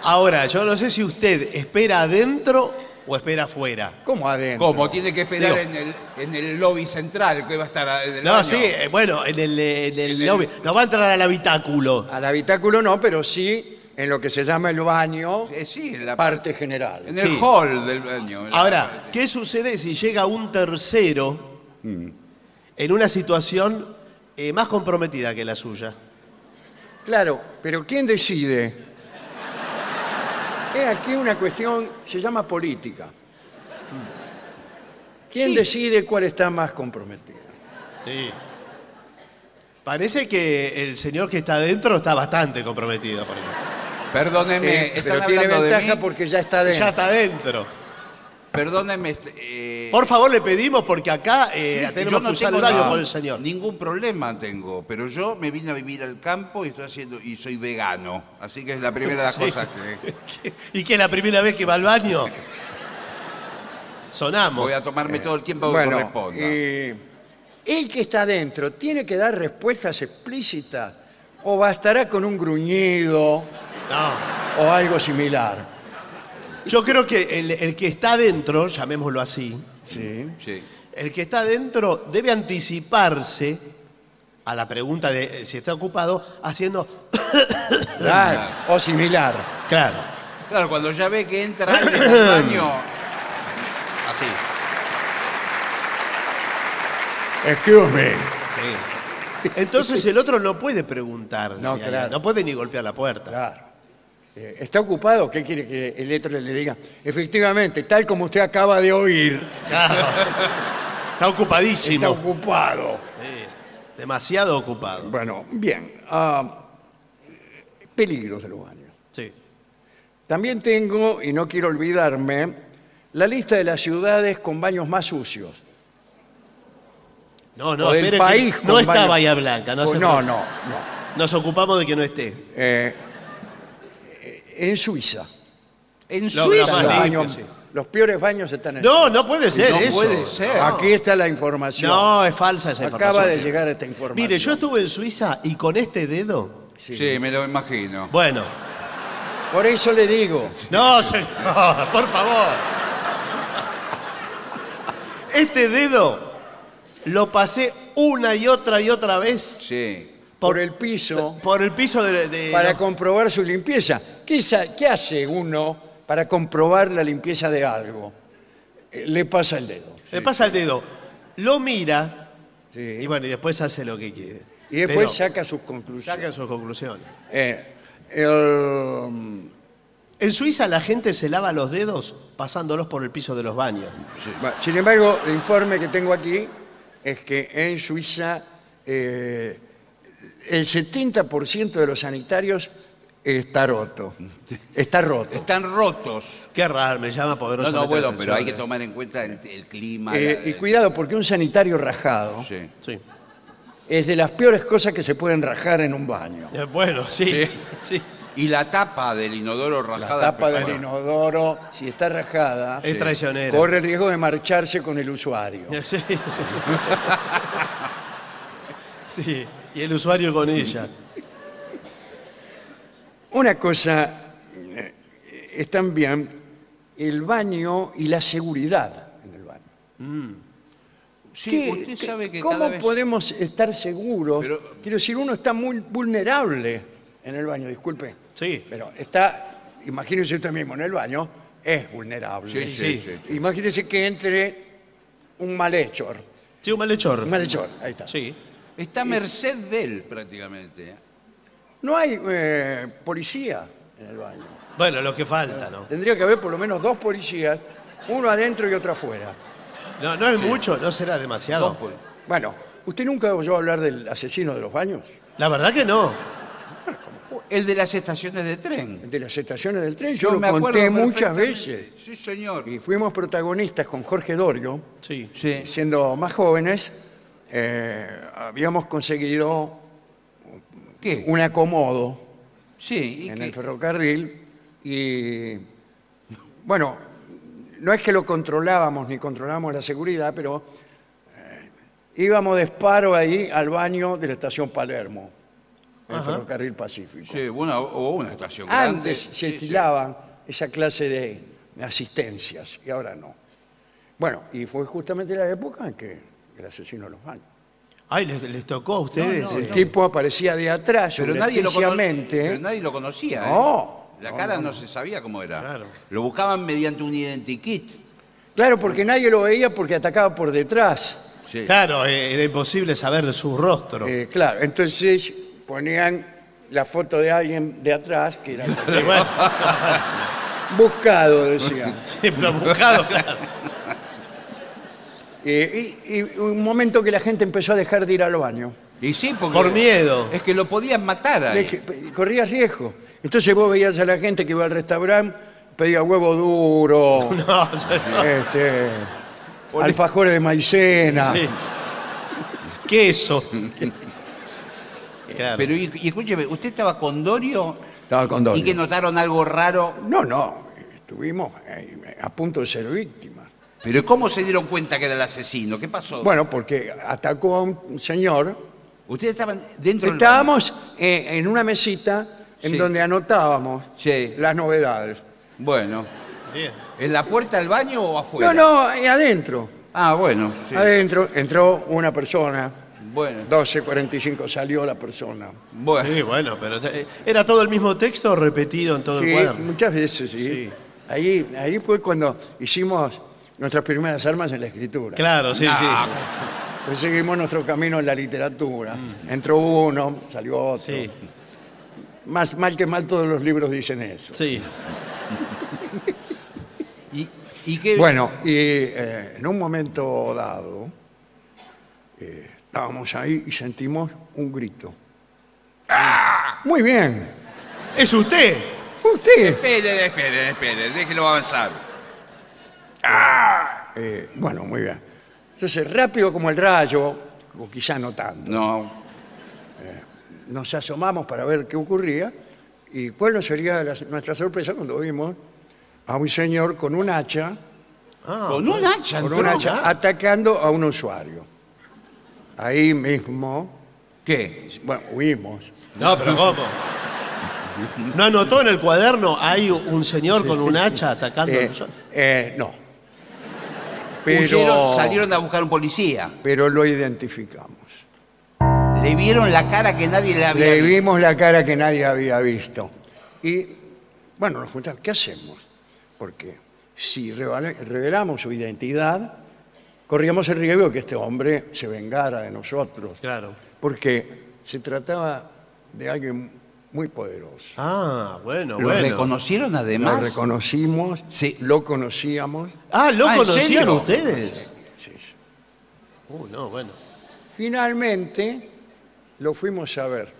Speaker 2: Ahora, yo no sé si usted espera adentro o espera afuera.
Speaker 1: ¿Cómo adentro?
Speaker 3: ¿Cómo? Tiene que esperar
Speaker 2: Digo-
Speaker 3: en, el, en el lobby central que va a estar. a- en el
Speaker 2: No,
Speaker 3: baño.
Speaker 2: sí, eh, bueno, en el, eh, en el lobby. No va a entrar al habitáculo.
Speaker 1: Al habitáculo no, pero sí en lo que se llama el baño,
Speaker 3: Eh, sí, en la
Speaker 1: parte general.
Speaker 3: En el
Speaker 2: Sí.
Speaker 3: hall del baño. en la
Speaker 2: Ahora,
Speaker 3: parte.
Speaker 2: ¿qué sucede si llega un tercero en una situación eh, más comprometida que la suya?
Speaker 1: Claro, pero ¿quién decide? Es aquí una cuestión, se llama política. ¿Quién
Speaker 2: Sí.
Speaker 1: decide cuál está más comprometido?
Speaker 2: Sí. Parece que el señor que está adentro está bastante comprometido. por ejemplo.
Speaker 3: Perdóneme,
Speaker 1: Eh,
Speaker 3: están
Speaker 1: pero tiene
Speaker 3: hablando de
Speaker 1: ventaja
Speaker 3: mí.
Speaker 1: porque ya está dentro.
Speaker 2: Ya está adentro.
Speaker 3: Perdóneme. este, eh,
Speaker 2: Por favor, le pedimos porque acá eh,
Speaker 3: sí,
Speaker 2: tenemos que usar el baño
Speaker 3: ningún-
Speaker 2: por el señor.
Speaker 3: Ningún problema tengo, pero yo me vine a vivir al campo y estoy haciendo y soy vegano, así que es la primera de las
Speaker 2: Sí.
Speaker 3: cosas que
Speaker 2: ¿Y que es la primera vez que va al baño? Sonamos.
Speaker 3: voy a tomarme todo el tiempo que
Speaker 1: Bueno,
Speaker 3: corresponda.
Speaker 1: eh, el que está adentro tiene que dar respuestas explícitas o bastará con un gruñido
Speaker 2: No.
Speaker 1: o algo similar.
Speaker 2: Yo creo que el, el que está adentro, llamémoslo así,
Speaker 1: Sí.
Speaker 3: Sí.
Speaker 2: el que está adentro debe anticiparse a la pregunta de eh, si está ocupado haciendo...
Speaker 1: Claro, o similar.
Speaker 2: Claro.
Speaker 3: Claro, cuando ya ve que entra alguien al baño,
Speaker 2: Así.
Speaker 1: Excuse me.
Speaker 2: Sí. Entonces el otro no puede preguntar.
Speaker 1: No,
Speaker 2: si hay-
Speaker 1: claro.
Speaker 2: no puede ni golpear la puerta.
Speaker 1: Claro. Eh, ¿Está ocupado? ¿Qué quiere que el otro le diga? Efectivamente, tal como usted acaba de oír,
Speaker 2: Está ocupadísimo.
Speaker 1: está ocupado.
Speaker 2: Sí. Demasiado ocupado.
Speaker 1: Bueno, bien. ah, peligros de los baños.
Speaker 2: Sí.
Speaker 1: También tengo, y no quiero olvidarme, la lista de las ciudades con baños más sucios.
Speaker 2: No,
Speaker 1: o
Speaker 2: no,
Speaker 1: del
Speaker 2: espere que
Speaker 1: país con
Speaker 2: no está
Speaker 1: baños-
Speaker 2: Bahía Blanca. No,
Speaker 1: Oh,
Speaker 2: se
Speaker 1: no,
Speaker 2: preocupe.
Speaker 1: no, no.
Speaker 2: Nos ocupamos de que no esté.
Speaker 1: Eh, eh, en Suiza.
Speaker 3: en
Speaker 2: Lo-
Speaker 3: Suiza.
Speaker 2: lo
Speaker 1: Los,
Speaker 2: más limpio,
Speaker 1: baños-
Speaker 2: sí.
Speaker 1: los peores baños están en
Speaker 2: No, no puede ser
Speaker 3: No
Speaker 2: eso.
Speaker 3: puede ser.
Speaker 1: Aquí está la información.
Speaker 2: No, es falsa esa
Speaker 1: Acaba de
Speaker 2: información.
Speaker 1: llegar esta información.
Speaker 2: Mire, yo estuve en Suiza y con este dedo.
Speaker 3: Sí. me lo imagino.
Speaker 2: Bueno.
Speaker 1: Por eso le digo.
Speaker 2: No, señor, por favor. Este dedo lo pasé una y otra y otra vez
Speaker 3: Sí.
Speaker 1: por el piso
Speaker 2: por el piso de. de-
Speaker 1: para
Speaker 2: no.
Speaker 1: comprobar su limpieza. ¿Qué, sa- qué hace uno para comprobar la limpieza de algo? Eh, Le pasa el dedo.
Speaker 2: Le pasa el dedo. Lo mira
Speaker 1: Sí.
Speaker 2: y bueno, y después hace lo que quiere.
Speaker 1: Y después
Speaker 2: Pero
Speaker 1: saca sus conclusiones.
Speaker 2: saca sus conclusiones.
Speaker 1: Eh, el-
Speaker 2: En Suiza la gente se lava los dedos pasándolos por el piso de los baños.
Speaker 1: Bueno, Sin embargo, el informe que tengo aquí es que en Suiza eh, el 70% de los sanitarios está roto. Está roto.
Speaker 3: Están rotos.
Speaker 2: Qué raro, me llama
Speaker 3: No,
Speaker 2: poderoso.
Speaker 3: no, bueno, pero
Speaker 2: eh.
Speaker 3: hay que tomar en cuenta el, el clima.
Speaker 1: Eh,
Speaker 3: la-
Speaker 1: y cuidado, porque un sanitario rajado
Speaker 3: Sí.
Speaker 2: Sí.
Speaker 1: es de las peores cosas que se pueden rajar en un baño.
Speaker 2: Eh, Bueno, sí.
Speaker 3: Sí.
Speaker 2: sí.
Speaker 3: Y la tapa del inodoro
Speaker 1: La
Speaker 3: rajada.
Speaker 1: tapa
Speaker 3: pero
Speaker 1: del
Speaker 3: bueno,
Speaker 1: inodoro, si está rajada,
Speaker 2: Es traicionera.
Speaker 1: corre el riesgo de marcharse con el usuario.
Speaker 2: Sí, sí. Sí, Y el usuario con ella.
Speaker 1: Una cosa eh, es también el baño y la seguridad en el baño.
Speaker 3: Sí,
Speaker 1: ¿Qué-
Speaker 3: usted
Speaker 1: qué-
Speaker 3: sabe que
Speaker 1: ¿Cómo
Speaker 3: cada vez...
Speaker 1: podemos estar seguros?
Speaker 3: Pero-
Speaker 1: Quiero decir, uno está muy vulnerable en el baño, disculpe.
Speaker 2: Sí.
Speaker 1: Pero está, imagínese usted mismo en el baño, es vulnerable.
Speaker 3: Sí, sí, sí, sí.
Speaker 1: Imagínese que entre un malhechor.
Speaker 2: Sí, un malhechor.
Speaker 1: Un malhechor, ahí está.
Speaker 2: Sí.
Speaker 3: Está a merced de él prácticamente.
Speaker 1: No hay eh, policía en el baño.
Speaker 2: Bueno, lo que falta, ¿no?
Speaker 1: Tendría que haber por lo menos dos policías, uno adentro y otro afuera.
Speaker 2: No, no es mucho, no será demasiado.
Speaker 1: Bueno, ¿usted nunca oyó hablar del asesino de los baños?
Speaker 2: La verdad que no.
Speaker 3: El de las estaciones de tren.
Speaker 1: De las estaciones del tren, yo
Speaker 3: Yo
Speaker 1: lo conté muchas
Speaker 3: perfectamente.
Speaker 1: veces.
Speaker 3: Sí, señor.
Speaker 1: Y fuimos protagonistas con Jorge Dorio,
Speaker 2: Sí.
Speaker 3: Sí.
Speaker 1: siendo más jóvenes, eh, habíamos conseguido
Speaker 3: ¿Qué?
Speaker 1: un acomodo
Speaker 3: Sí. ¿y
Speaker 1: en
Speaker 3: qué?
Speaker 1: el ferrocarril y, bueno, no es que lo controlábamos ni controlábamos la seguridad, pero eh, íbamos de esparo ahí al baño de la estación Palermo, en el ferrocarril Pacífico.
Speaker 3: Sí, una- o una estación grande.
Speaker 1: Antes
Speaker 3: Sí,
Speaker 1: se
Speaker 3: sí.
Speaker 1: estilaban esa clase de asistencias y ahora no. Bueno, y fue justamente la época en que el asesino de los baños.
Speaker 2: Ay, les, les tocó a ustedes.
Speaker 1: El
Speaker 2: eh.
Speaker 1: tipo aparecía de atrás,
Speaker 3: Pero nadie, lo cono-
Speaker 1: subrepticiamente.
Speaker 3: pero nadie lo conocía. ¿eh?
Speaker 1: No,
Speaker 3: La
Speaker 1: no,
Speaker 3: cara
Speaker 1: no,
Speaker 3: no, se sabía cómo era.
Speaker 2: Claro.
Speaker 3: Lo buscaban mediante un identikit.
Speaker 1: Claro, porque nadie lo veía porque atacaba por detrás.
Speaker 3: Sí.
Speaker 2: Claro, eh, era imposible saber su rostro.
Speaker 1: Eh, claro, entonces ponían la foto de alguien de atrás que era
Speaker 2: Y bueno,
Speaker 1: buscado, decían.
Speaker 2: sí, pero buscado, claro.
Speaker 1: Eh, y, y un momento que la gente empezó a dejar de ir al baño.
Speaker 3: Y sí, porque-
Speaker 2: Por miedo.
Speaker 3: Es que lo podían matar ahí.
Speaker 1: Le- que- corrías riesgo. Entonces vos veías a la gente que iba al restaurante, pedía huevo duro,
Speaker 2: No, sí, no.
Speaker 1: este, alfajores de maicena.
Speaker 2: Sí. Queso. Claro.
Speaker 3: Eh, Pero, y, y escúcheme, ¿usted estaba con Dorio?
Speaker 1: Estaba con Dorio.
Speaker 3: ¿Y que notaron algo raro?
Speaker 1: No, no, estuvimos eh, a punto de ser víctimas.
Speaker 3: ¿Pero cómo se dieron cuenta que era el asesino? ¿Qué pasó?
Speaker 1: Bueno, porque atacó a un señor.
Speaker 3: Ustedes estaban dentro del baño.
Speaker 1: Estábamos eh, en una mesita en
Speaker 3: Sí.
Speaker 1: donde anotábamos
Speaker 3: Sí.
Speaker 1: las novedades.
Speaker 3: Bueno.
Speaker 2: Bien.
Speaker 3: ¿En la puerta del baño o afuera?
Speaker 1: No, no, eh, adentro.
Speaker 3: Ah, bueno. sí.
Speaker 1: Adentro entró una persona,
Speaker 3: Bueno.
Speaker 1: 12.45 salió la persona.
Speaker 3: Bueno.
Speaker 2: Sí, bueno, pero te- ¿era todo el mismo texto repetido en todo
Speaker 1: Sí,
Speaker 2: el cuaderno?
Speaker 1: muchas veces, sí.
Speaker 2: Sí.
Speaker 1: Ahí, ahí fue cuando hicimos nuestras primeras armas en la escritura.
Speaker 2: Claro, sí,
Speaker 1: Pues seguimos nuestro camino en la literatura. Entró uno, salió otro.
Speaker 2: Mm. sí.
Speaker 1: Más mal que mal todos los libros dicen eso.
Speaker 2: Sí, sí.
Speaker 3: ¿Y, y qué?
Speaker 1: Bueno, y eh, en un momento dado, eh, estábamos ahí y sentimos un grito. ¡Ah! Muy bien.
Speaker 2: ¡Es usted!
Speaker 1: Fue usted.
Speaker 3: Espere, espere, espere. Déjelo avanzar.
Speaker 1: Eh, bueno, muy bien. Entonces, rápido como el rayo, o quizá no tanto,
Speaker 3: No.
Speaker 1: nos asomamos para ver qué ocurría y cuál no sería la- nuestra sorpresa cuando vimos a un señor con un hacha,
Speaker 2: Ah,
Speaker 3: Con un hacha
Speaker 1: con
Speaker 3: entró. Ah.
Speaker 1: un hacha atacando a un usuario. Ahí mismo,
Speaker 3: ¿Qué?
Speaker 1: bueno, huimos.
Speaker 2: No, pero ¿cómo? ¿No anotó en el cuaderno hay un señor con un hacha atacando? a
Speaker 1: Eh,
Speaker 2: nosotros?
Speaker 1: eh, no.
Speaker 3: Huyeron,
Speaker 1: Pero,
Speaker 3: salieron a buscar un policía.
Speaker 1: pero lo identificamos.
Speaker 3: Le vieron la cara que nadie le había
Speaker 1: Le
Speaker 3: visto.
Speaker 1: vimos la cara que nadie había visto. Y bueno, nos juntamos, ¿qué hacemos? Porque si revela- revelamos su identidad, corríamos el riesgo de que este hombre se vengara de nosotros.
Speaker 2: Claro.
Speaker 1: Porque se trataba de alguien muy poderoso.
Speaker 2: Ah, bueno,
Speaker 3: Lo
Speaker 2: bueno.
Speaker 3: reconocieron
Speaker 1: Lo
Speaker 3: además.
Speaker 1: reconocimos,
Speaker 3: Sí.
Speaker 1: lo conocíamos.
Speaker 2: ah, ¿lo
Speaker 3: Ah, ¿en
Speaker 2: conocían
Speaker 3: serio?
Speaker 2: ustedes?
Speaker 1: Sí, sí.
Speaker 2: Uh, no, bueno.
Speaker 1: Finalmente lo fuimos a ver,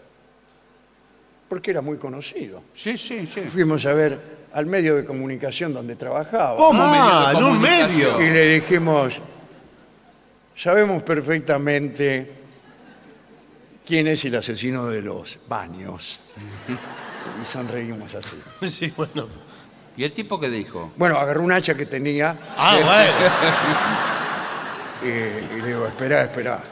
Speaker 1: porque era muy conocido.
Speaker 3: sí, sí, sí.
Speaker 1: Fuimos a ver al medio de comunicación donde trabajaba.
Speaker 3: ¿Cómo
Speaker 2: Ah, en un
Speaker 3: comunicación?
Speaker 1: Y le dijimos, sabemos perfectamente quién es el asesino de los baños. Y sonreímos así.
Speaker 2: Sí, bueno.
Speaker 3: ¿Y el tipo qué dijo?
Speaker 1: Bueno, agarró un hacha que tenía
Speaker 2: Ah, bueno.
Speaker 1: eh, y le digo, espera, espera.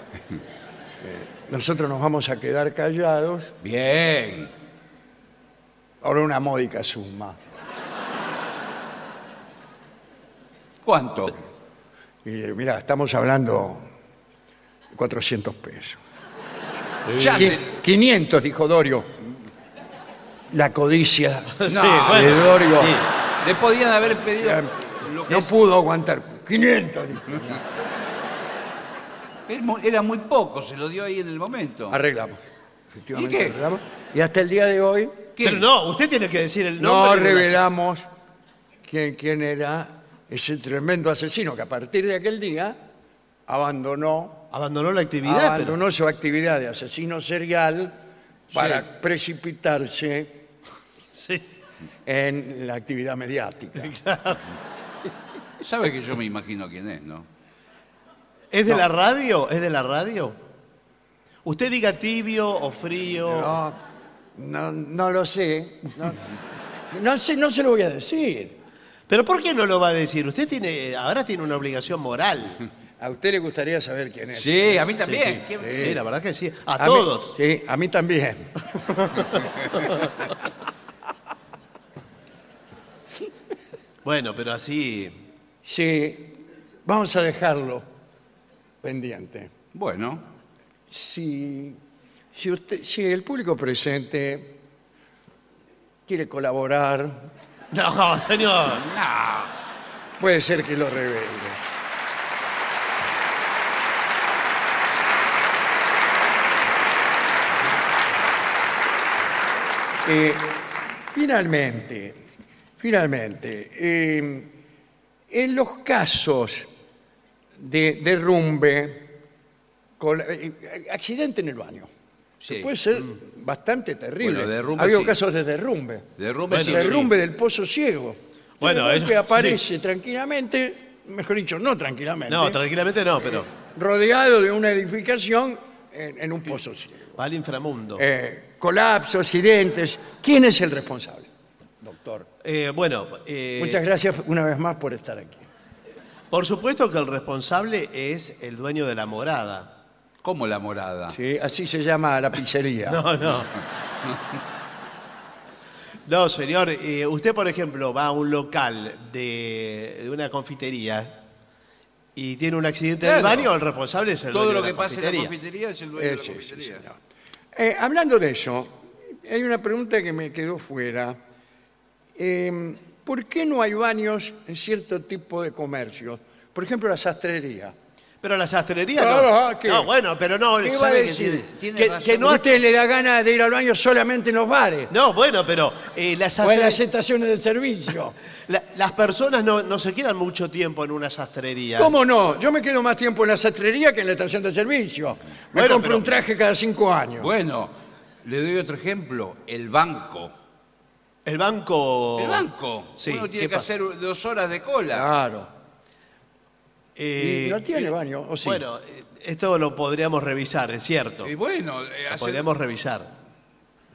Speaker 1: Nosotros nos vamos a quedar callados.
Speaker 3: Bien.
Speaker 1: Ahora una módica suma.
Speaker 3: ¿Cuánto?
Speaker 1: Y mira, estamos hablando de 400 pesos.
Speaker 3: Ya
Speaker 1: Qui-
Speaker 3: se-
Speaker 1: 500, dijo Dorio. La codicia
Speaker 2: Sí,
Speaker 3: No,
Speaker 1: de
Speaker 2: bueno.
Speaker 1: Dorio
Speaker 2: Sí.
Speaker 3: Le podían haber pedido
Speaker 1: eh,
Speaker 3: lo que
Speaker 1: no
Speaker 3: es-
Speaker 1: pudo aguantar. 500, dijo.
Speaker 3: era mu- Era muy poco, se lo dio ahí en el momento.
Speaker 1: Arreglamos. Efectivamente,
Speaker 3: ¿Y qué?
Speaker 1: arreglamos. Y hasta el día de hoy
Speaker 3: ¿Qué?
Speaker 2: Pero no, usted tiene que decir el
Speaker 1: no
Speaker 2: nombre. de la-
Speaker 1: revelamos quién, quién era ese tremendo asesino que a partir de aquel día abandonó
Speaker 2: Abandonó la actividad. pero-
Speaker 1: abandonó su actividad de asesino serial para precipitarse
Speaker 2: Sí.
Speaker 1: en la actividad mediática.
Speaker 3: Sabe que yo me imagino quién es, ¿no?
Speaker 2: ¿Es de la radio? ¿Es de la radio? Usted diga tibio o frío.
Speaker 1: No, no, no lo sé. No, no sé, no se lo voy a decir.
Speaker 2: Pero ¿por qué no lo va a decir? Usted tiene, ahora tiene una obligación moral.
Speaker 1: A usted le gustaría saber quién es.
Speaker 3: Sí, a mí también.
Speaker 2: Sí,
Speaker 3: ¿Quién-
Speaker 2: sí, la verdad que sí. A,
Speaker 1: A mí-
Speaker 2: todos.
Speaker 1: sí, a mí también.
Speaker 2: Bueno, pero así.
Speaker 1: Sí, vamos a dejarlo pendiente.
Speaker 3: Bueno,
Speaker 1: si, si, usted, si el público presente quiere colaborar,
Speaker 2: No, señor.
Speaker 1: puede ser que lo revele. Eh, finalmente, finalmente, eh, en los casos de derrumbe, col- eh, accidente en el baño,
Speaker 3: sí. Mm.
Speaker 1: Puede ser bastante terrible.
Speaker 3: Bueno, derrumbe,
Speaker 1: Ha habido
Speaker 3: sí.
Speaker 1: casos de derrumbe.
Speaker 3: Derrumbe,
Speaker 1: Bueno,
Speaker 3: sí,
Speaker 1: derrumbe del pozo ciego.
Speaker 2: Bueno,
Speaker 1: que
Speaker 2: eso-
Speaker 1: aparece tranquilamente, mejor dicho, no tranquilamente,
Speaker 2: No, tranquilamente no, pero.
Speaker 1: rodeado de una edificación en, en un pozo ciego.
Speaker 2: Va al inframundo.
Speaker 1: Eh, colapso, accidentes. ¿Quién es el responsable, doctor?
Speaker 2: Eh, bueno, eh,
Speaker 1: Muchas gracias una vez más por estar aquí.
Speaker 2: por supuesto que el responsable es el dueño de la morada.
Speaker 3: ¿Cómo la morada?
Speaker 1: Sí, así se llama la pizzería.
Speaker 2: No, no. No, señor. eh, usted, por ejemplo, va a un local de, de una confitería y tiene un accidente en el
Speaker 3: Claro.
Speaker 2: baño, el responsable es el
Speaker 3: Todo
Speaker 2: dueño
Speaker 3: lo
Speaker 2: de
Speaker 3: que
Speaker 2: la
Speaker 3: pasa en la
Speaker 2: confitería.
Speaker 3: confitería es el dueño
Speaker 1: Eh,
Speaker 3: de la
Speaker 1: sí, sí,
Speaker 3: confitería.
Speaker 1: señor. Eh, hablando de eso, hay una pregunta que me quedó fuera. Eh, ¿Por qué no hay baños en cierto tipo de comercios? Por ejemplo, la sastrería.
Speaker 2: Pero la sastrería
Speaker 1: Claro, ah,
Speaker 2: no.
Speaker 1: ¿qué?
Speaker 2: No, bueno, pero no.
Speaker 1: ¿Qué va a
Speaker 2: ¿sabe que
Speaker 1: decir?
Speaker 3: Tiene
Speaker 2: que-
Speaker 3: razón.
Speaker 2: que no,
Speaker 1: ¿A usted le da ganas de ir al baño solamente en los bares
Speaker 2: no, bueno, pero eh, la
Speaker 1: o en
Speaker 2: sastre-
Speaker 1: las estaciones de servicio?
Speaker 2: la- las personas no, no se quedan mucho tiempo en una sastrería.
Speaker 1: ¿Cómo no? Yo me quedo más tiempo en la sastrería que en la estación de servicio. Me
Speaker 2: Bueno,
Speaker 1: compro
Speaker 2: pero-
Speaker 1: un traje cada cinco años.
Speaker 3: Bueno, le doy otro ejemplo, el banco.
Speaker 2: El banco.
Speaker 3: El banco.
Speaker 2: Oh. Sí,
Speaker 3: Uno tiene
Speaker 2: ¿qué
Speaker 3: que
Speaker 2: pasa?
Speaker 3: hacer dos horas de cola.
Speaker 1: Claro.
Speaker 2: Eh,
Speaker 1: Y no tiene baño, ¿o sí?
Speaker 2: Bueno, eh, esto lo podríamos revisar, es cierto.
Speaker 3: Y bueno, eh,
Speaker 2: Lo
Speaker 3: hace-
Speaker 2: podríamos revisar.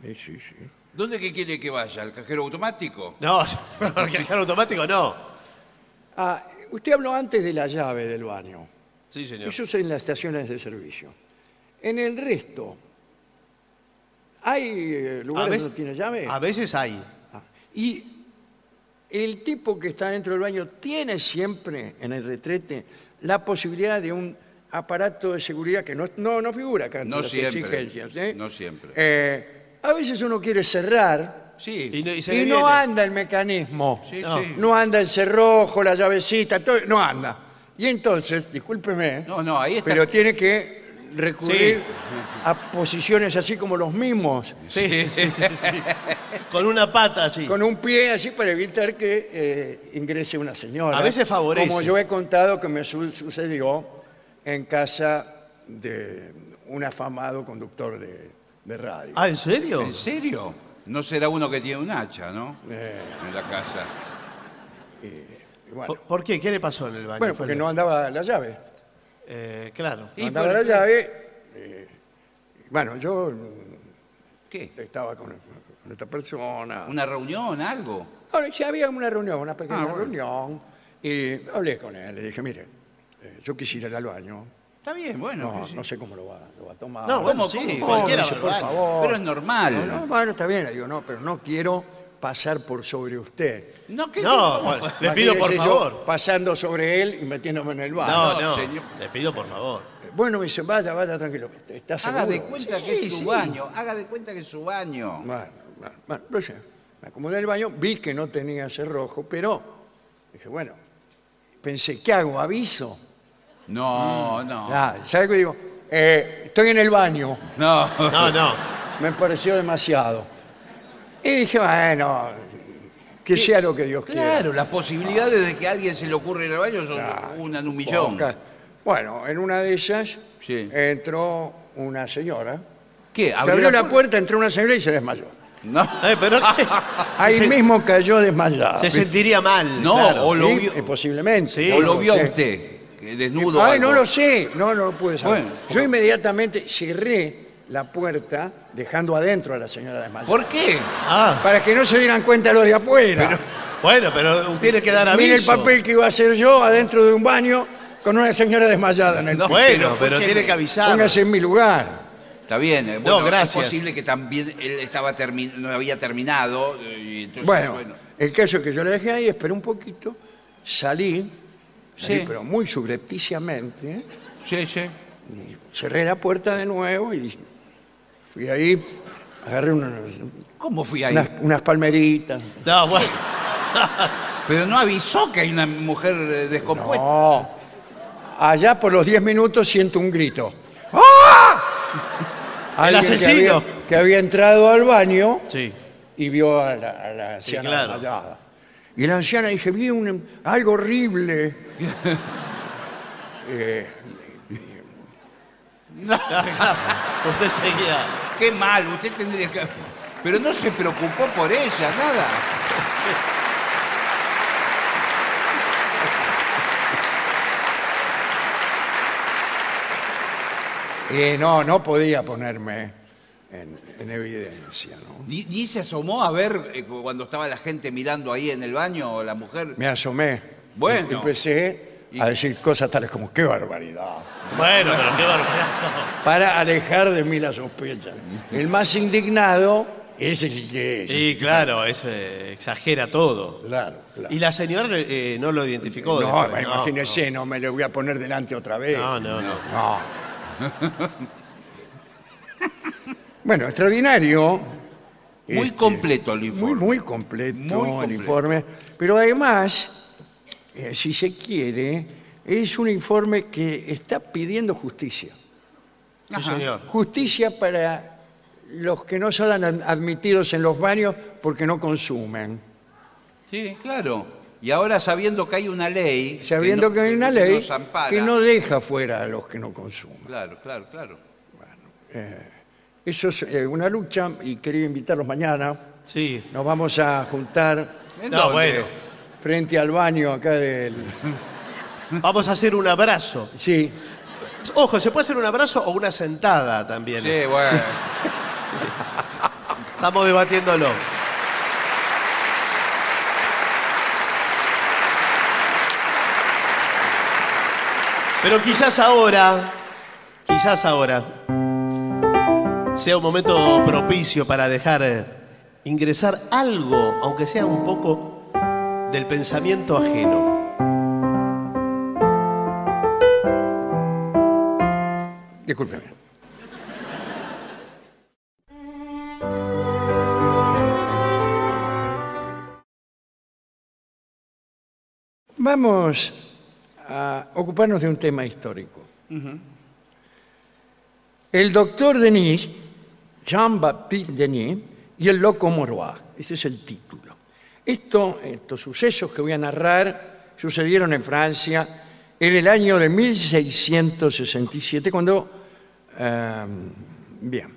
Speaker 1: Sí, sí, sí.
Speaker 3: ¿dónde que quiere que vaya? ¿Al cajero automático?
Speaker 2: No, el cajero automático no.
Speaker 1: Ah, usted habló antes de la llave del baño.
Speaker 2: Sí, señor.
Speaker 1: Eso es en las estaciones de servicio. En el resto, ¿hay eh,
Speaker 2: A
Speaker 1: lugares
Speaker 2: veces-
Speaker 1: donde no tiene llave?
Speaker 2: A veces hay.
Speaker 1: Ah, Y el tipo que está dentro del baño tiene siempre en el retrete la posibilidad de un aparato de seguridad que no, no, no figura acá entre
Speaker 3: No
Speaker 1: las
Speaker 3: siempre,
Speaker 1: exigencias, ¿eh?
Speaker 3: no siempre.
Speaker 1: Eh, a veces uno quiere cerrar
Speaker 3: Sí.
Speaker 2: Y no- y se
Speaker 1: y
Speaker 2: le
Speaker 1: no
Speaker 2: viene.
Speaker 1: anda el mecanismo.
Speaker 3: Sí,
Speaker 2: No.
Speaker 3: sí.
Speaker 1: No anda el cerrojo, la llavecita, todo, no anda. Y entonces, discúlpeme,
Speaker 3: No, no, ahí está.
Speaker 1: pero tiene que recurrir
Speaker 2: Sí.
Speaker 1: a posiciones así como los mismos,
Speaker 2: Sí, sí, sí, sí. Con una pata así.
Speaker 1: con un pie así para evitar que eh, ingrese una señora.
Speaker 2: A veces favorece.
Speaker 1: Como yo he contado que me su- sucedió en casa de un afamado conductor de, de radio.
Speaker 2: Ah, ¿en serio?
Speaker 3: ¿En serio? No será uno que tiene un hacha, ¿no? En la casa.
Speaker 1: Y bueno,
Speaker 2: ¿Por, por qué? ¿Qué le pasó en el baño?
Speaker 1: bueno,
Speaker 2: Fue
Speaker 1: porque
Speaker 2: el-
Speaker 1: no andaba la llave.
Speaker 2: Eh, claro.
Speaker 1: No andaba la llave, eh, Bueno, yo mm,
Speaker 3: ¿Qué?
Speaker 1: estaba con, con esta persona.
Speaker 3: ¿Una reunión, algo?
Speaker 1: Ahora, ya había una reunión, una pequeña
Speaker 3: Ah, bueno.
Speaker 1: reunión, y hablé con él. Le dije, mire, eh, yo quisiera ir al baño.
Speaker 3: Está bien, bueno.
Speaker 1: No,
Speaker 3: qué sé
Speaker 1: no
Speaker 3: yo.
Speaker 1: sé cómo lo va, lo va a tomar.
Speaker 2: No,
Speaker 3: ¿Cómo
Speaker 2: bueno,
Speaker 3: sí?
Speaker 2: sí,
Speaker 3: ¿Cómo?
Speaker 2: cualquiera va
Speaker 3: Dice,
Speaker 2: al
Speaker 3: por
Speaker 2: baño.
Speaker 3: favor. Pero es normal.
Speaker 1: No, bueno, está bien, le digo, no, pero no quiero pasar por sobre usted.
Speaker 3: No, ¿qué?
Speaker 2: No,
Speaker 3: ¿Cómo?
Speaker 2: bueno, le pido por
Speaker 1: Imagínese yo
Speaker 2: favor.
Speaker 1: Pasando sobre él y metiéndome en el baño.
Speaker 2: No,
Speaker 3: Ah, no,
Speaker 2: no,
Speaker 3: señor.
Speaker 2: le pido por favor.
Speaker 1: Bueno, me dice, vaya, vaya, tranquilo. ¿Estás
Speaker 3: Haga de
Speaker 1: seguro?
Speaker 3: cuenta
Speaker 2: Sí,
Speaker 3: que es su
Speaker 2: sí.
Speaker 3: baño. Haga de cuenta que es su baño.
Speaker 1: Bueno, bueno, bueno, no sé. Me acomodé en el baño, vi que no tenía cerrojo, pero dije, bueno, pensé, ¿qué hago? ¿Aviso?
Speaker 3: No, no.
Speaker 1: Mm. Ya, salgo y digo, eh, estoy en el baño.
Speaker 3: No.
Speaker 2: No, no.
Speaker 1: Me pareció demasiado. Y dije, bueno, que sea lo que Dios quiera.
Speaker 3: Claro, las posibilidades de que a alguien se le ocurra ir al baño son
Speaker 1: Claro,
Speaker 3: una en un millón.
Speaker 1: Pocas. Bueno, en una de esas
Speaker 3: Sí.
Speaker 1: entró una señora.
Speaker 3: ¿Qué?
Speaker 1: Abrió, la puerta? entró una señora y se desmayó.
Speaker 3: No,
Speaker 2: Eh, pero ¿qué?
Speaker 1: Ahí
Speaker 2: se,
Speaker 1: mismo cayó desmayada.
Speaker 2: se sentiría mal.
Speaker 3: Ah, No,
Speaker 2: claro.
Speaker 3: o lo
Speaker 1: Sí,
Speaker 3: vio-
Speaker 1: eh, posiblemente.
Speaker 2: Sí.
Speaker 3: o lo vio
Speaker 1: sé.
Speaker 3: usted, que desnudo.
Speaker 1: Ay,
Speaker 3: algo.
Speaker 1: no lo sé, no, no lo pude saber.
Speaker 3: Bueno.
Speaker 1: Yo inmediatamente cerré la puerta dejando adentro a la señora desmayada.
Speaker 3: ¿Por qué?
Speaker 2: Ah,
Speaker 1: Para que no se dieran cuenta los de afuera.
Speaker 2: bueno, pero usted tiene que dar aviso.
Speaker 1: Mire el papel que iba a hacer yo adentro de un baño con una señora desmayada en el
Speaker 3: No,
Speaker 2: Bueno, pero
Speaker 3: escúcheme.
Speaker 2: tiene que avisar.
Speaker 1: Póngase en mi lugar.
Speaker 3: Está bien. eh, bueno,
Speaker 2: gracias.
Speaker 3: Es posible que también él estaba termi- no había terminado. eh, Y entonces,
Speaker 1: Bueno,
Speaker 3: bueno.
Speaker 1: el caso es que yo la dejé ahí, esperé un poquito, salí, salí,
Speaker 3: Sí.
Speaker 1: pero muy subrepticiamente, ¿eh?
Speaker 3: Sí, sí.
Speaker 1: y cerré la puerta de nuevo y fui ahí, agarré unos-
Speaker 3: ¿Cómo fui ahí?
Speaker 1: unas, unas palmeritas.
Speaker 2: No, bueno.
Speaker 3: Pero no avisó que hay una mujer eh, descompuesta.
Speaker 1: No. Allá por los 10 minutos siento un grito. ¡Ah!
Speaker 2: El
Speaker 1: Alguien que
Speaker 2: asesino.
Speaker 1: había- que había entrado al baño.
Speaker 2: Sí.
Speaker 1: y vio a la, a la
Speaker 2: Sí,
Speaker 1: anciana
Speaker 2: claro.
Speaker 1: desmayada. Y la anciana dice, vi un- em, algo horrible. Eh,
Speaker 2: Usted seguía.
Speaker 3: Qué mal, usted tendría que. Pero no se preocupó por ella, nada.
Speaker 1: eh, no, no podía ponerme en, en evidencia. ¿no?
Speaker 3: Ni, ni se asomó a ver eh, cu- cuando estaba la gente mirando ahí en el baño, la mujer.
Speaker 1: Me asomé.
Speaker 3: Bueno.
Speaker 1: Y Empecé a decir cosas tales como, qué barbaridad.
Speaker 2: Bueno, pero qué barbaridad.
Speaker 1: Para alejar de mí la sospecha. El más indignado es el que es.
Speaker 2: Sí, claro, eso eh, exagera todo.
Speaker 1: Claro, claro.
Speaker 2: Y la señora eh, no lo identificó.
Speaker 1: No,
Speaker 2: después,
Speaker 1: imagínese, no. me lo voy a poner delante otra vez.
Speaker 2: No, no, no.
Speaker 1: No. bueno, extraordinario.
Speaker 3: Muy
Speaker 1: Este,
Speaker 3: completo el
Speaker 1: Muy,
Speaker 3: informe.
Speaker 1: muy completo
Speaker 3: Muy completo.
Speaker 1: el informe. Pero además, eh, si se quiere, es un informe que está pidiendo justicia.
Speaker 2: Sí, señor.
Speaker 1: Justicia para los que no son ad- admitidos en los baños porque no consumen.
Speaker 3: Sí, claro. Y ahora sabiendo que hay una ley. que
Speaker 1: Sabiendo
Speaker 3: no-
Speaker 1: que, hay una ley
Speaker 3: nos ampara.
Speaker 1: que no deja fuera a los que no consumen.
Speaker 3: Claro, claro, claro.
Speaker 1: Eso es eh, una lucha y quería invitarlos mañana.
Speaker 2: Sí.
Speaker 1: Nos vamos a juntar
Speaker 3: ¿En
Speaker 2: No,
Speaker 3: dónde?
Speaker 2: bueno.
Speaker 1: frente al baño acá del...
Speaker 2: Vamos a hacer un abrazo.
Speaker 1: Sí,
Speaker 2: Ojo, se puede hacer un abrazo o una sentada también.
Speaker 3: Sí, bueno.
Speaker 2: Estamos debatiéndolo. Pero quizás ahora, quizás ahora, sea un momento propicio para dejar eh, ingresar algo, aunque sea un poco, del pensamiento ajeno.
Speaker 1: discúlpeme. Vamos a ocuparnos de un tema histórico. El doctor Denis, Jean-Baptiste Denis, y el loco Morois. Ese es el título. Esto- estos sucesos que voy a narrar sucedieron en Francia en el año de 1667, cuando... eh, bien.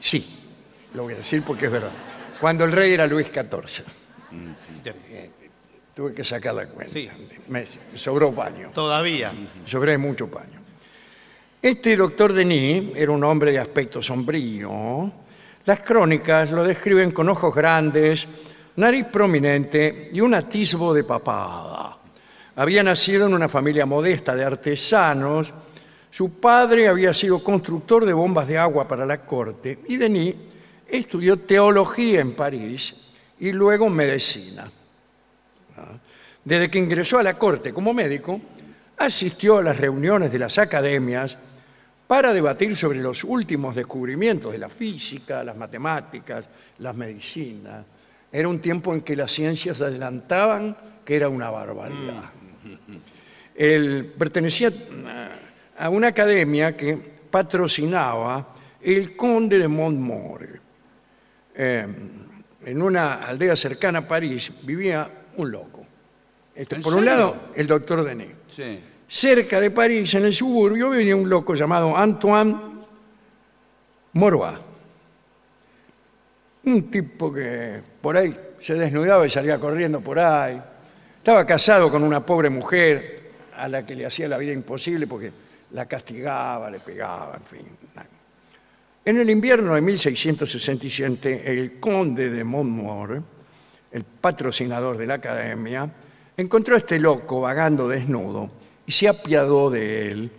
Speaker 1: Sí, lo voy a decir porque es verdad. Cuando el rey era Luis XIV. Eh, Tuve que sacar la cuenta.
Speaker 2: Sí.
Speaker 1: Me sobró paño.
Speaker 2: Todavía.
Speaker 1: Sobré mucho paño. Este doctor Denis era un hombre de aspecto sombrío. Las crónicas lo describen con ojos grandes, nariz prominente y un atisbo de papada. Había nacido en una familia modesta de artesanos. Su padre había sido constructor de bombas de agua para la corte y Denis estudió teología en París y luego medicina. Desde que ingresó a la corte como médico, asistió a las reuniones de las academias para debatir sobre los últimos descubrimientos de la física, las matemáticas, las medicinas. Era un tiempo en que las ciencias adelantaban que era una barbaridad. Él pertenecía eh, a una academia que patrocinaba el conde de Montmore. Eh, en una aldea cercana a París vivía un loco. Este,
Speaker 3: ¿En
Speaker 1: por un
Speaker 3: serio?
Speaker 1: lado, el doctor Denis.
Speaker 3: Sí.
Speaker 1: Cerca de París, en el suburbio, vivía un loco llamado Antoine Morois. Un tipo que por ahí se desnudaba y salía corriendo por ahí. Estaba casado con una pobre mujer a la que le hacía la vida imposible porque la castigaba, le pegaba, en fin. En el invierno de 1667, el conde de Montmore, el patrocinador de la academia, encontró a este loco vagando desnudo y se apiadó de él.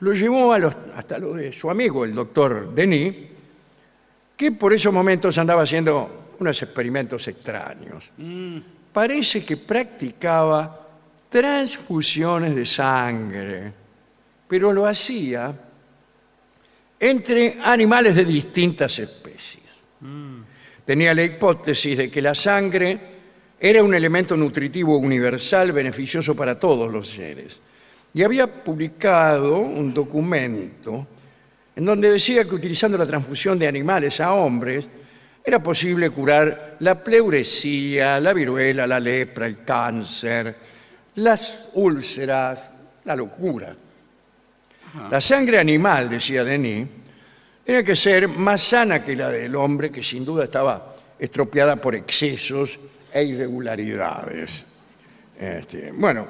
Speaker 1: Lo llevó a los- hasta lo de su amigo, el doctor Denis, que por esos momentos andaba haciendo unos experimentos extraños. Parece que practicaba transfusiones de sangre, pero lo hacía entre animales de distintas especies. Tenía la hipótesis de que la sangre era un elemento nutritivo universal beneficioso para todos los seres. Y había publicado un documento en donde decía que utilizando la transfusión de animales a hombres era posible curar la pleuresía, la viruela, la lepra, el cáncer, las úlceras, la locura. La sangre animal, decía Denis, tenía que ser más sana que la del hombre, que sin duda estaba estropeada por excesos e irregularidades. Este, bueno,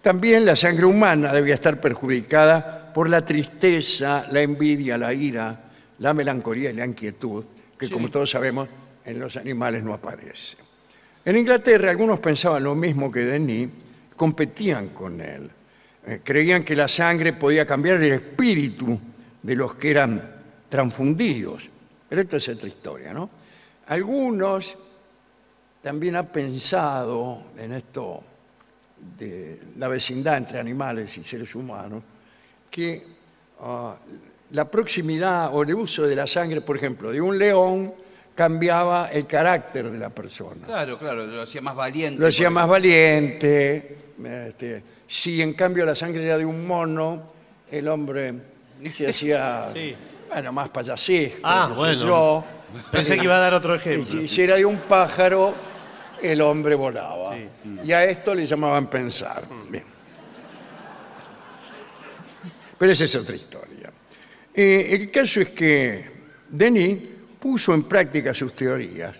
Speaker 1: también la sangre humana debía estar perjudicada por la tristeza, la envidia, la ira, la melancolía y la inquietud, que como todos sabemos en los animales no aparece. En Inglaterra algunos pensaban lo mismo que Denis, competían con él. Eh, creían que la sangre podía cambiar el espíritu de los que eran transfundidos. Pero esto es otra historia, ¿no? Algunos también han pensado en esto de la vecindad entre animales y seres humanos, que ah, la proximidad o el uso de la sangre, por ejemplo, de un león cambiaba el carácter de la persona.
Speaker 3: Claro, claro, lo hacía más valiente.
Speaker 1: Lo hacía
Speaker 3: por-
Speaker 1: más valiente. este, si en cambio la sangre era de un mono, el hombre se hacía
Speaker 2: Sí.
Speaker 1: bueno, más payasesco.
Speaker 2: Ah,
Speaker 1: qué sé
Speaker 2: bueno.
Speaker 1: yo.
Speaker 2: Pensé que iba a dar otro
Speaker 1: Y
Speaker 2: ejemplo.
Speaker 1: si, si era de un pájaro, el hombre volaba. Y a esto le llamaban pensar. Bien. Pero esa es otra historia. Eh, el caso es que Denis puso en práctica sus teorías.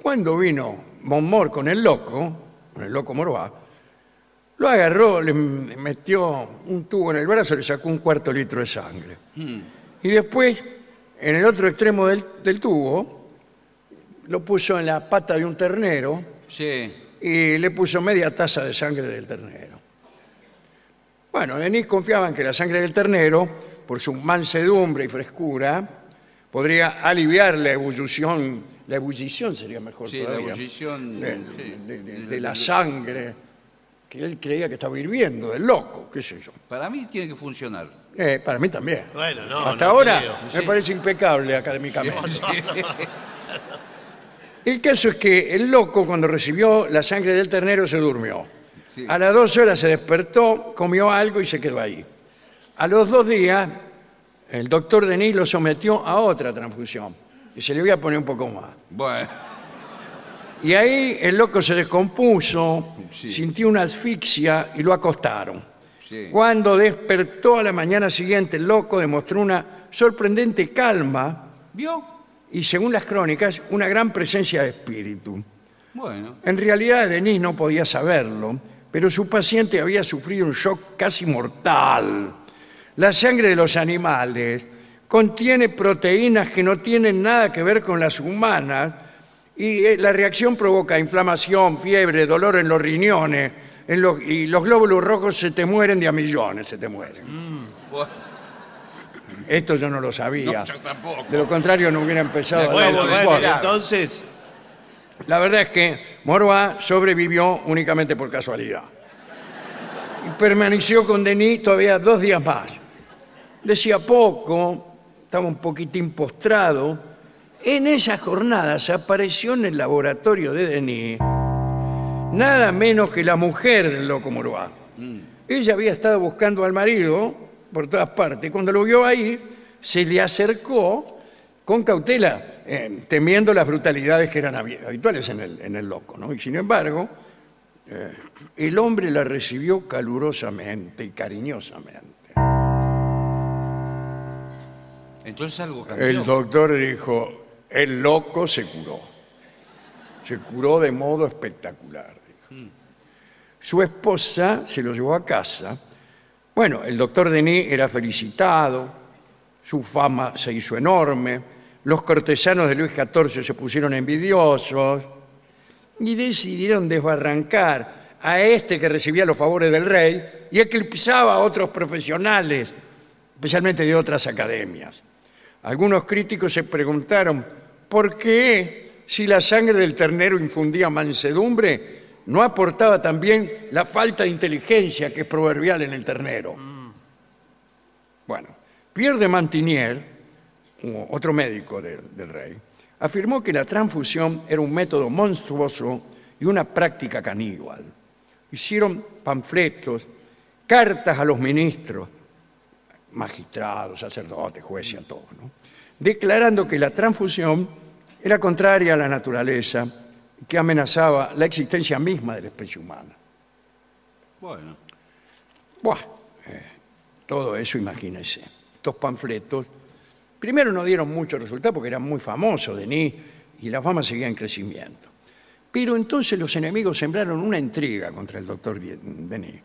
Speaker 1: Cuando vino Montmore con el loco, con el loco Morvá, lo agarró, le m- metió un tubo en el brazo, le sacó un cuarto litro de sangre. Y después, en el otro extremo del, del tubo, lo puso en la pata de un ternero
Speaker 3: Sí.
Speaker 1: y le puso media taza de sangre del ternero. Bueno, Denis confiaba en que la sangre del ternero, por su mansedumbre y frescura, podría aliviar la ebullición, la ebullición sería mejor
Speaker 3: Sí, la
Speaker 1: todavía,
Speaker 3: ebullición,
Speaker 1: de,
Speaker 3: sí.
Speaker 1: de- de- de la sangre que él creía que estaba hirviendo, del loco, qué sé yo.
Speaker 3: Para mí tiene que funcionar.
Speaker 1: Eh, para mí también.
Speaker 2: Bueno, no,
Speaker 1: Hasta
Speaker 2: no
Speaker 1: ahora
Speaker 2: creo.
Speaker 1: me
Speaker 3: Sí.
Speaker 1: parece impecable académicamente. El caso es que el loco, cuando recibió la sangre del ternero, se durmió.
Speaker 3: Sí.
Speaker 1: A las dos horas se despertó, comió algo y se quedó ahí. A los dos días, el doctor Denis lo sometió a otra transfusión. Y se le voy a poner un poco más.
Speaker 3: Bueno,
Speaker 1: Y ahí el loco se descompuso,
Speaker 3: Sí.
Speaker 1: sintió una asfixia y lo acostaron.
Speaker 3: Sí.
Speaker 1: Cuando despertó a la mañana siguiente, el loco demostró una sorprendente calma
Speaker 3: ¿vio?
Speaker 1: y, según las crónicas, una gran presencia de espíritu.
Speaker 3: Bueno.
Speaker 1: En realidad, Denis no podía saberlo, pero su paciente había sufrido un shock casi mortal. la sangre de los animales contiene proteínas que no tienen nada que ver con las humanas y eh, la reacción provoca inflamación, fiebre, dolor en los riñones en los- y los glóbulos rojos se te mueren de a millones, se te mueren.
Speaker 3: Bueno,
Speaker 1: Esto yo no lo sabía.
Speaker 3: No, yo tampoco.
Speaker 1: De lo contrario no hubiera empezado a
Speaker 2: Bueno,
Speaker 1: hablar de
Speaker 2: bueno,
Speaker 1: fútbol.
Speaker 3: mirá.
Speaker 2: entonces,
Speaker 1: La verdad es que Moroa sobrevivió únicamente por casualidad. Y permaneció con Denis todavía dos días más. Decía poco, estaba un poquitín postrado. En esas jornadas apareció en el laboratorio de Denis nada menos que la mujer del loco Moroa. Ella había estado buscando al marido por todas partes. Cuando lo vio ahí, se le acercó con cautela, eh, temiendo las brutalidades que eran habi- habituales en el, en el loco. ¿no? Y sin embargo, eh, el hombre la recibió calurosamente y cariñosamente.
Speaker 3: entonces algo cambió.
Speaker 1: El doctor dijo, el loco se curó. Se curó de modo espectacular. dijo. Su esposa se lo llevó a casa. Bueno, el doctor Denis era felicitado, su fama se hizo enorme, los cortesanos de Luis XIV se pusieron envidiosos y decidieron desbarrancar a este que recibía los favores del rey y eclipsaba a otros profesionales, especialmente de otras academias. Algunos críticos se preguntaron por qué, si la sangre del ternero infundía mansedumbre, no aportaba también la falta de inteligencia que es proverbial en el ternero. Bueno, Pierre de Mantinier, u- otro médico del, del rey, afirmó que la transfusión era un método monstruoso y una práctica caníbal. Hicieron panfletos, cartas a los ministros, magistrados, sacerdotes, jueces, a todos, ¿no? declarando que la transfusión era contraria a la naturaleza, que amenazaba la existencia misma de la especie humana.
Speaker 3: Bueno,
Speaker 1: Buah, eh, todo eso, imagínense. Estos panfletos, primero no dieron mucho resultado porque eran muy famosos, Denis, y la fama seguía en crecimiento. Pero entonces los enemigos sembraron una intriga contra el doctor Die- Denis.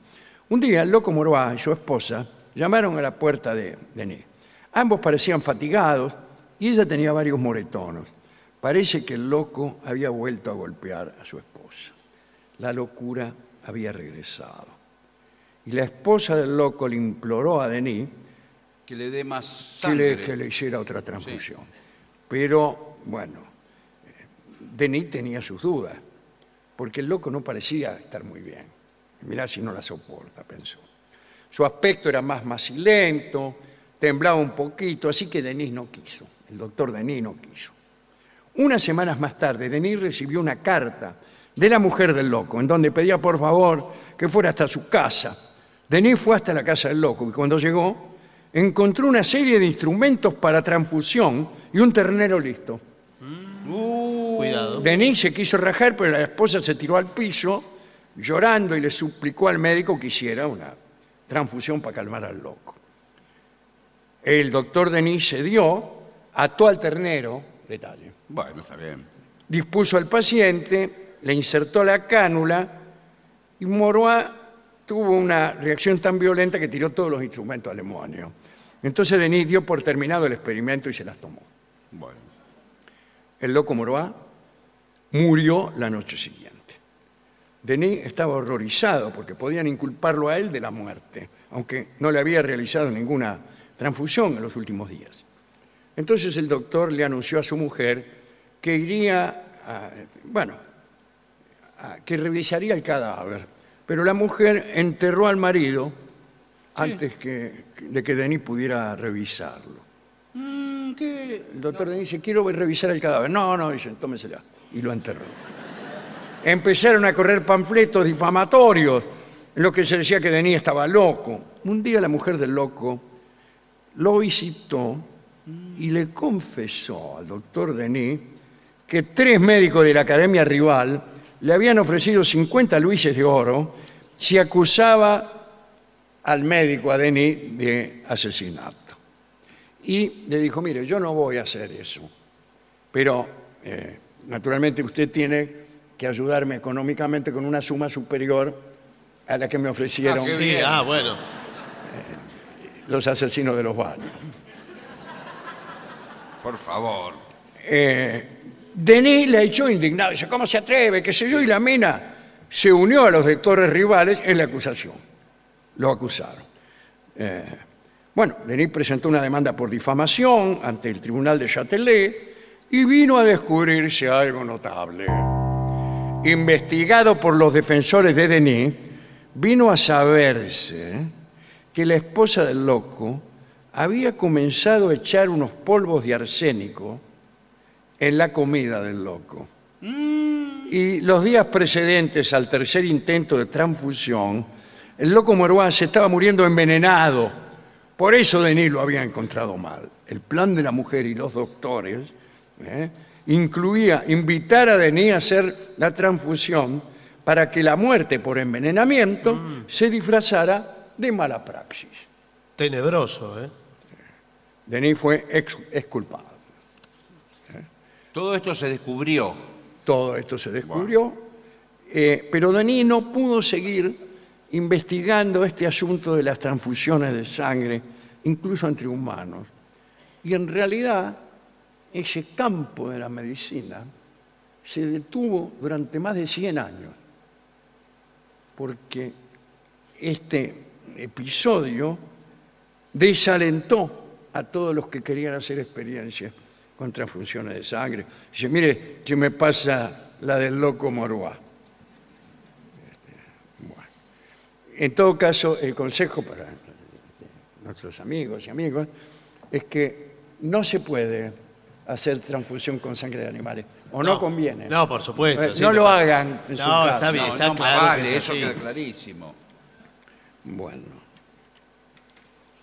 Speaker 1: Un día, el loco Moroa y su esposa llamaron a la puerta de Denis. Ambos parecían fatigados y ella tenía varios moretonos. Parece que el loco había vuelto a golpear a su esposa. La locura había regresado y la esposa del loco le imploró a Denis
Speaker 3: que le dé más
Speaker 1: que
Speaker 3: sangre.
Speaker 1: le, que le hiciera otra transfusión. Pero, bueno, eh, Denis tenía sus dudas, porque el loco no parecía estar muy bien. Mirá si no la soporta, pensó. Su aspecto era más macilento, temblaba un poquito, así que Denis no quiso, el doctor Denis no quiso. Unas semanas más tarde, Denis recibió una carta de la mujer del loco, en donde pedía por favor que fuera hasta su casa. Denis fue hasta la casa del loco y cuando llegó encontró una serie de instrumentos para transfusión y un ternero listo.
Speaker 2: cuidado.
Speaker 1: Denis se quiso rajar, pero la esposa se tiró al piso llorando y le suplicó al médico que hiciera una transfusión para calmar al loco. El doctor Denis cedió, ató al ternero, detalle,
Speaker 3: Bueno, está bien.
Speaker 1: dispuso al paciente, le insertó la cánula y Moroa tuvo una reacción tan violenta que tiró todos los instrumentos al demonio. Entonces Denis dio por terminado el experimento y se las tomó.
Speaker 3: Bueno.
Speaker 1: El loco Moroa murió la noche siguiente. Denis estaba horrorizado porque podían inculparlo a él de la muerte, aunque no le había realizado ninguna transfusión en los últimos días. Entonces el doctor le anunció a su mujer que iría, a- bueno, a- que revisaría el cadáver, pero la mujer enterró al marido antes que, de que Denis pudiera revisarlo. El doctor le dice, quiero revisar el cadáver. No, no, dicen, tómesela. Y lo enterró. Empezaron a correr panfletos difamatorios, en los que se decía que Denis estaba loco. Un día la mujer del loco lo visitó y le confesó al doctor Denis que tres médicos de la academia rival le habían ofrecido 50 luises de oro si acusaba al médico, a Denis, de asesinato. Y le dijo, mire, yo no voy a hacer eso, pero eh, naturalmente usted tiene que ayudarme económicamente con una
Speaker 2: Ah,
Speaker 1: suma superior a la que me ofrecieron
Speaker 3: qué
Speaker 2: Sí, ah, bueno.
Speaker 1: los asesinos de los baños.
Speaker 3: Por favor.
Speaker 1: Eh, Denis la echó indignado. Dice, ¿cómo se atreve? ¿Qué sé yo? Y la mina se unió a los lectores rivales en la acusación. Lo acusaron. Eh, bueno, Denis presentó una demanda por difamación ante el tribunal de Châtelet y vino a descubrirse algo notable. Investigado por los defensores de Denis, vino a saberse que la esposa del loco había comenzado a echar unos polvos de arsénico en la comida del loco. Y los días precedentes al tercer intento de transfusión, el loco Moruán se estaba muriendo envenenado. Por eso Denis lo había encontrado mal. El plan de la mujer y los doctores ¿eh? incluía invitar a Denis a hacer la transfusión para que la muerte por envenenamiento se disfrazara de mala praxis.
Speaker 2: Tenebroso, ¿eh?
Speaker 1: Denis fue ex- exculpado.
Speaker 3: Todo esto se descubrió.
Speaker 1: Todo esto se descubrió, eh, pero Denis no pudo seguir investigando este asunto de las transfusiones de sangre, incluso entre humanos. Y en realidad, ese campo de la medicina se detuvo durante más de 100 años, porque este episodio desalentó a todos los que querían hacer experiencias con transfusiones de sangre. Dice, mire, que me pasa la del loco Moroá. En todo caso, el consejo para este, nuestros amigos y amigos es que no se puede hacer transfusión con sangre de animales, o no, conviene. Eh,
Speaker 2: No, por supuesto.
Speaker 1: No
Speaker 2: sí, me
Speaker 1: lo
Speaker 2: parece.
Speaker 1: hagan en su
Speaker 2: No,
Speaker 1: casa.
Speaker 2: está bien,
Speaker 3: No,
Speaker 2: está
Speaker 3: no, más
Speaker 2: claro. que
Speaker 3: vale,
Speaker 2: es
Speaker 3: eso
Speaker 2: así.
Speaker 3: queda clarísimo.
Speaker 1: Bueno.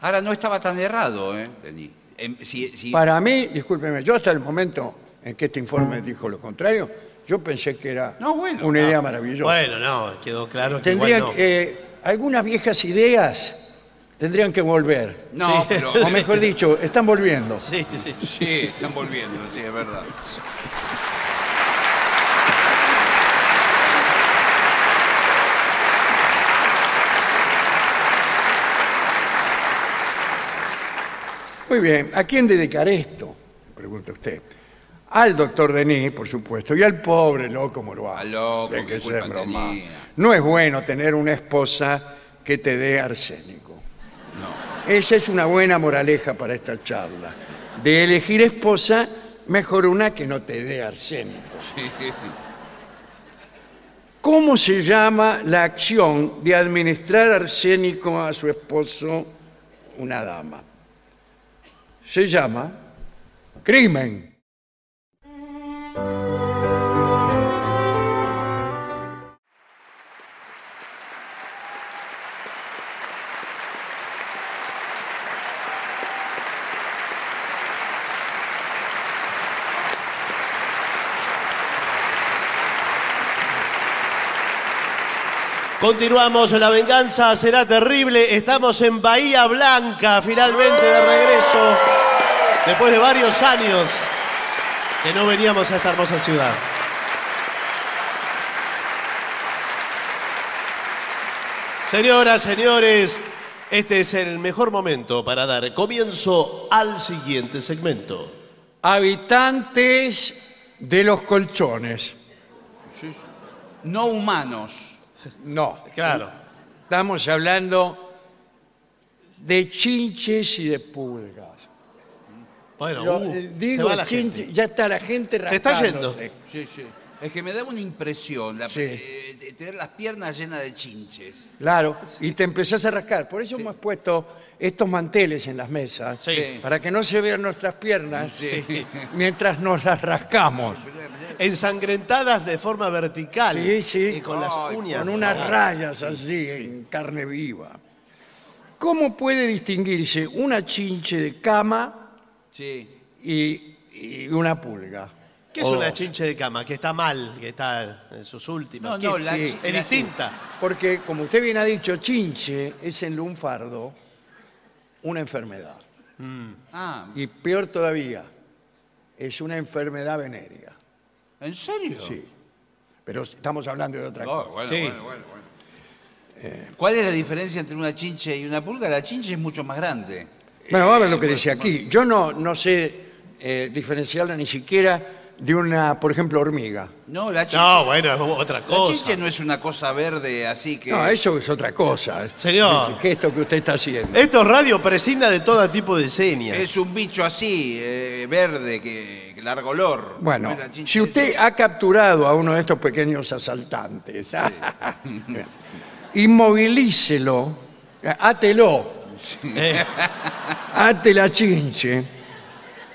Speaker 3: Ahora no estaba tan errado, ¿eh, Denis? Em, si- si-
Speaker 1: Para mí, discúlpeme, yo hasta el momento en que este informe dijo lo contrario, yo pensé que era
Speaker 3: No, bueno,
Speaker 1: una
Speaker 3: no.
Speaker 1: idea maravillosa.
Speaker 2: Bueno, no, quedó claro que
Speaker 1: Tendrían
Speaker 2: igual no.
Speaker 1: que, eh, algunas viejas ideas tendrían que volver.
Speaker 3: No, pero.
Speaker 1: O mejor dicho, están volviendo.
Speaker 2: Sí, sí.
Speaker 3: Sí, están volviendo, sí, es verdad.
Speaker 1: Muy bien, ¿a quién dedicar esto? Pregunta usted. Al doctor Denis, por supuesto, y al pobre loco Moroá.
Speaker 3: Al loco,
Speaker 1: De
Speaker 3: qué
Speaker 1: se
Speaker 3: culpa
Speaker 1: broma.
Speaker 3: tenía.
Speaker 1: No es bueno tener una esposa que te dé arsénico.
Speaker 3: No.
Speaker 1: Esa es una buena moraleja para esta charla. De elegir esposa, mejor una que no te dé arsénico. ¿Cómo se llama la acción de administrar arsénico a su esposo, una dama? Se llama crimen.
Speaker 2: Continuamos, la venganza será terrible. Estamos en Bahía Blanca, finalmente de regreso, después de varios años que no veníamos a esta hermosa ciudad. Señoras, señores, este es el mejor momento para dar comienzo al siguiente segmento.
Speaker 1: Habitantes de los colchones.
Speaker 3: No humanos.
Speaker 1: No.
Speaker 2: Claro.
Speaker 1: Estamos hablando de chinches y de pulgas.
Speaker 2: Bueno,
Speaker 1: Yo,
Speaker 2: uh,
Speaker 1: eh,
Speaker 2: se
Speaker 1: digo
Speaker 2: va la
Speaker 1: chinche,
Speaker 2: gente.
Speaker 1: ya está la gente
Speaker 2: Se está
Speaker 1: rascándose.
Speaker 2: yendo.
Speaker 3: Sí, sí. Es que me da una impresión la-
Speaker 1: Sí.
Speaker 3: eh, de tener las piernas llenas de chinches.
Speaker 1: Claro, y te empezás a rascar. Por eso hemos puesto estos manteles en las mesas,
Speaker 2: Sí.
Speaker 1: para que no se vean nuestras piernas eh, mientras nos las rascamos,
Speaker 2: Ensangrentadas de forma vertical
Speaker 1: Sí, sí.
Speaker 2: y con las
Speaker 3: Ay,
Speaker 2: uñas.
Speaker 1: con
Speaker 2: por
Speaker 1: unas
Speaker 2: favor.
Speaker 1: rayas así en carne viva. ¿Cómo puede distinguirse una chinche de cama
Speaker 3: Sí.
Speaker 1: y, y una pulga?
Speaker 2: ¿Qué es
Speaker 1: O
Speaker 2: una
Speaker 1: dos.
Speaker 2: chinche de cama? Que está mal, que está en sus últimas.
Speaker 3: No,
Speaker 2: ¿Qué
Speaker 3: no,
Speaker 2: es?
Speaker 3: la
Speaker 2: Sí.
Speaker 3: chi-
Speaker 2: Es
Speaker 3: la-
Speaker 2: distinta.
Speaker 1: Porque, como usted bien ha dicho, chinche es en lunfardo una enfermedad.
Speaker 3: Ah,
Speaker 1: Y peor todavía, es una enfermedad venérea.
Speaker 3: ¿en serio?
Speaker 1: Sí. Pero estamos hablando de otra
Speaker 3: No,
Speaker 1: cosa.
Speaker 3: Oh, bueno,
Speaker 2: Sí.
Speaker 3: bueno, bueno, bueno. ¿Cuál es la diferencia entre una chinche y una pulga? La chinche es mucho más grande. Eh,
Speaker 1: Bueno, vamos a ver lo que dice aquí. Yo no, no sé eh, diferenciarla ni siquiera de una, por ejemplo, hormiga.
Speaker 3: No, la chinche,
Speaker 2: No, bueno, es otra
Speaker 3: la
Speaker 2: cosa.
Speaker 3: chinche no es una cosa verde así que...
Speaker 1: No, eso es otra cosa.
Speaker 2: Señor.
Speaker 1: El gesto que usted está haciendo.
Speaker 2: Esto es radio prescinda de todo tipo de señas.
Speaker 3: Es un bicho así, eh, verde, que, que largo olor.
Speaker 1: Bueno,
Speaker 3: No es la chinche
Speaker 1: si usted ha capturado a uno de estos pequeños asaltantes, inmovilícelo, átelo,
Speaker 2: Eh,
Speaker 1: ate Ah, la chinche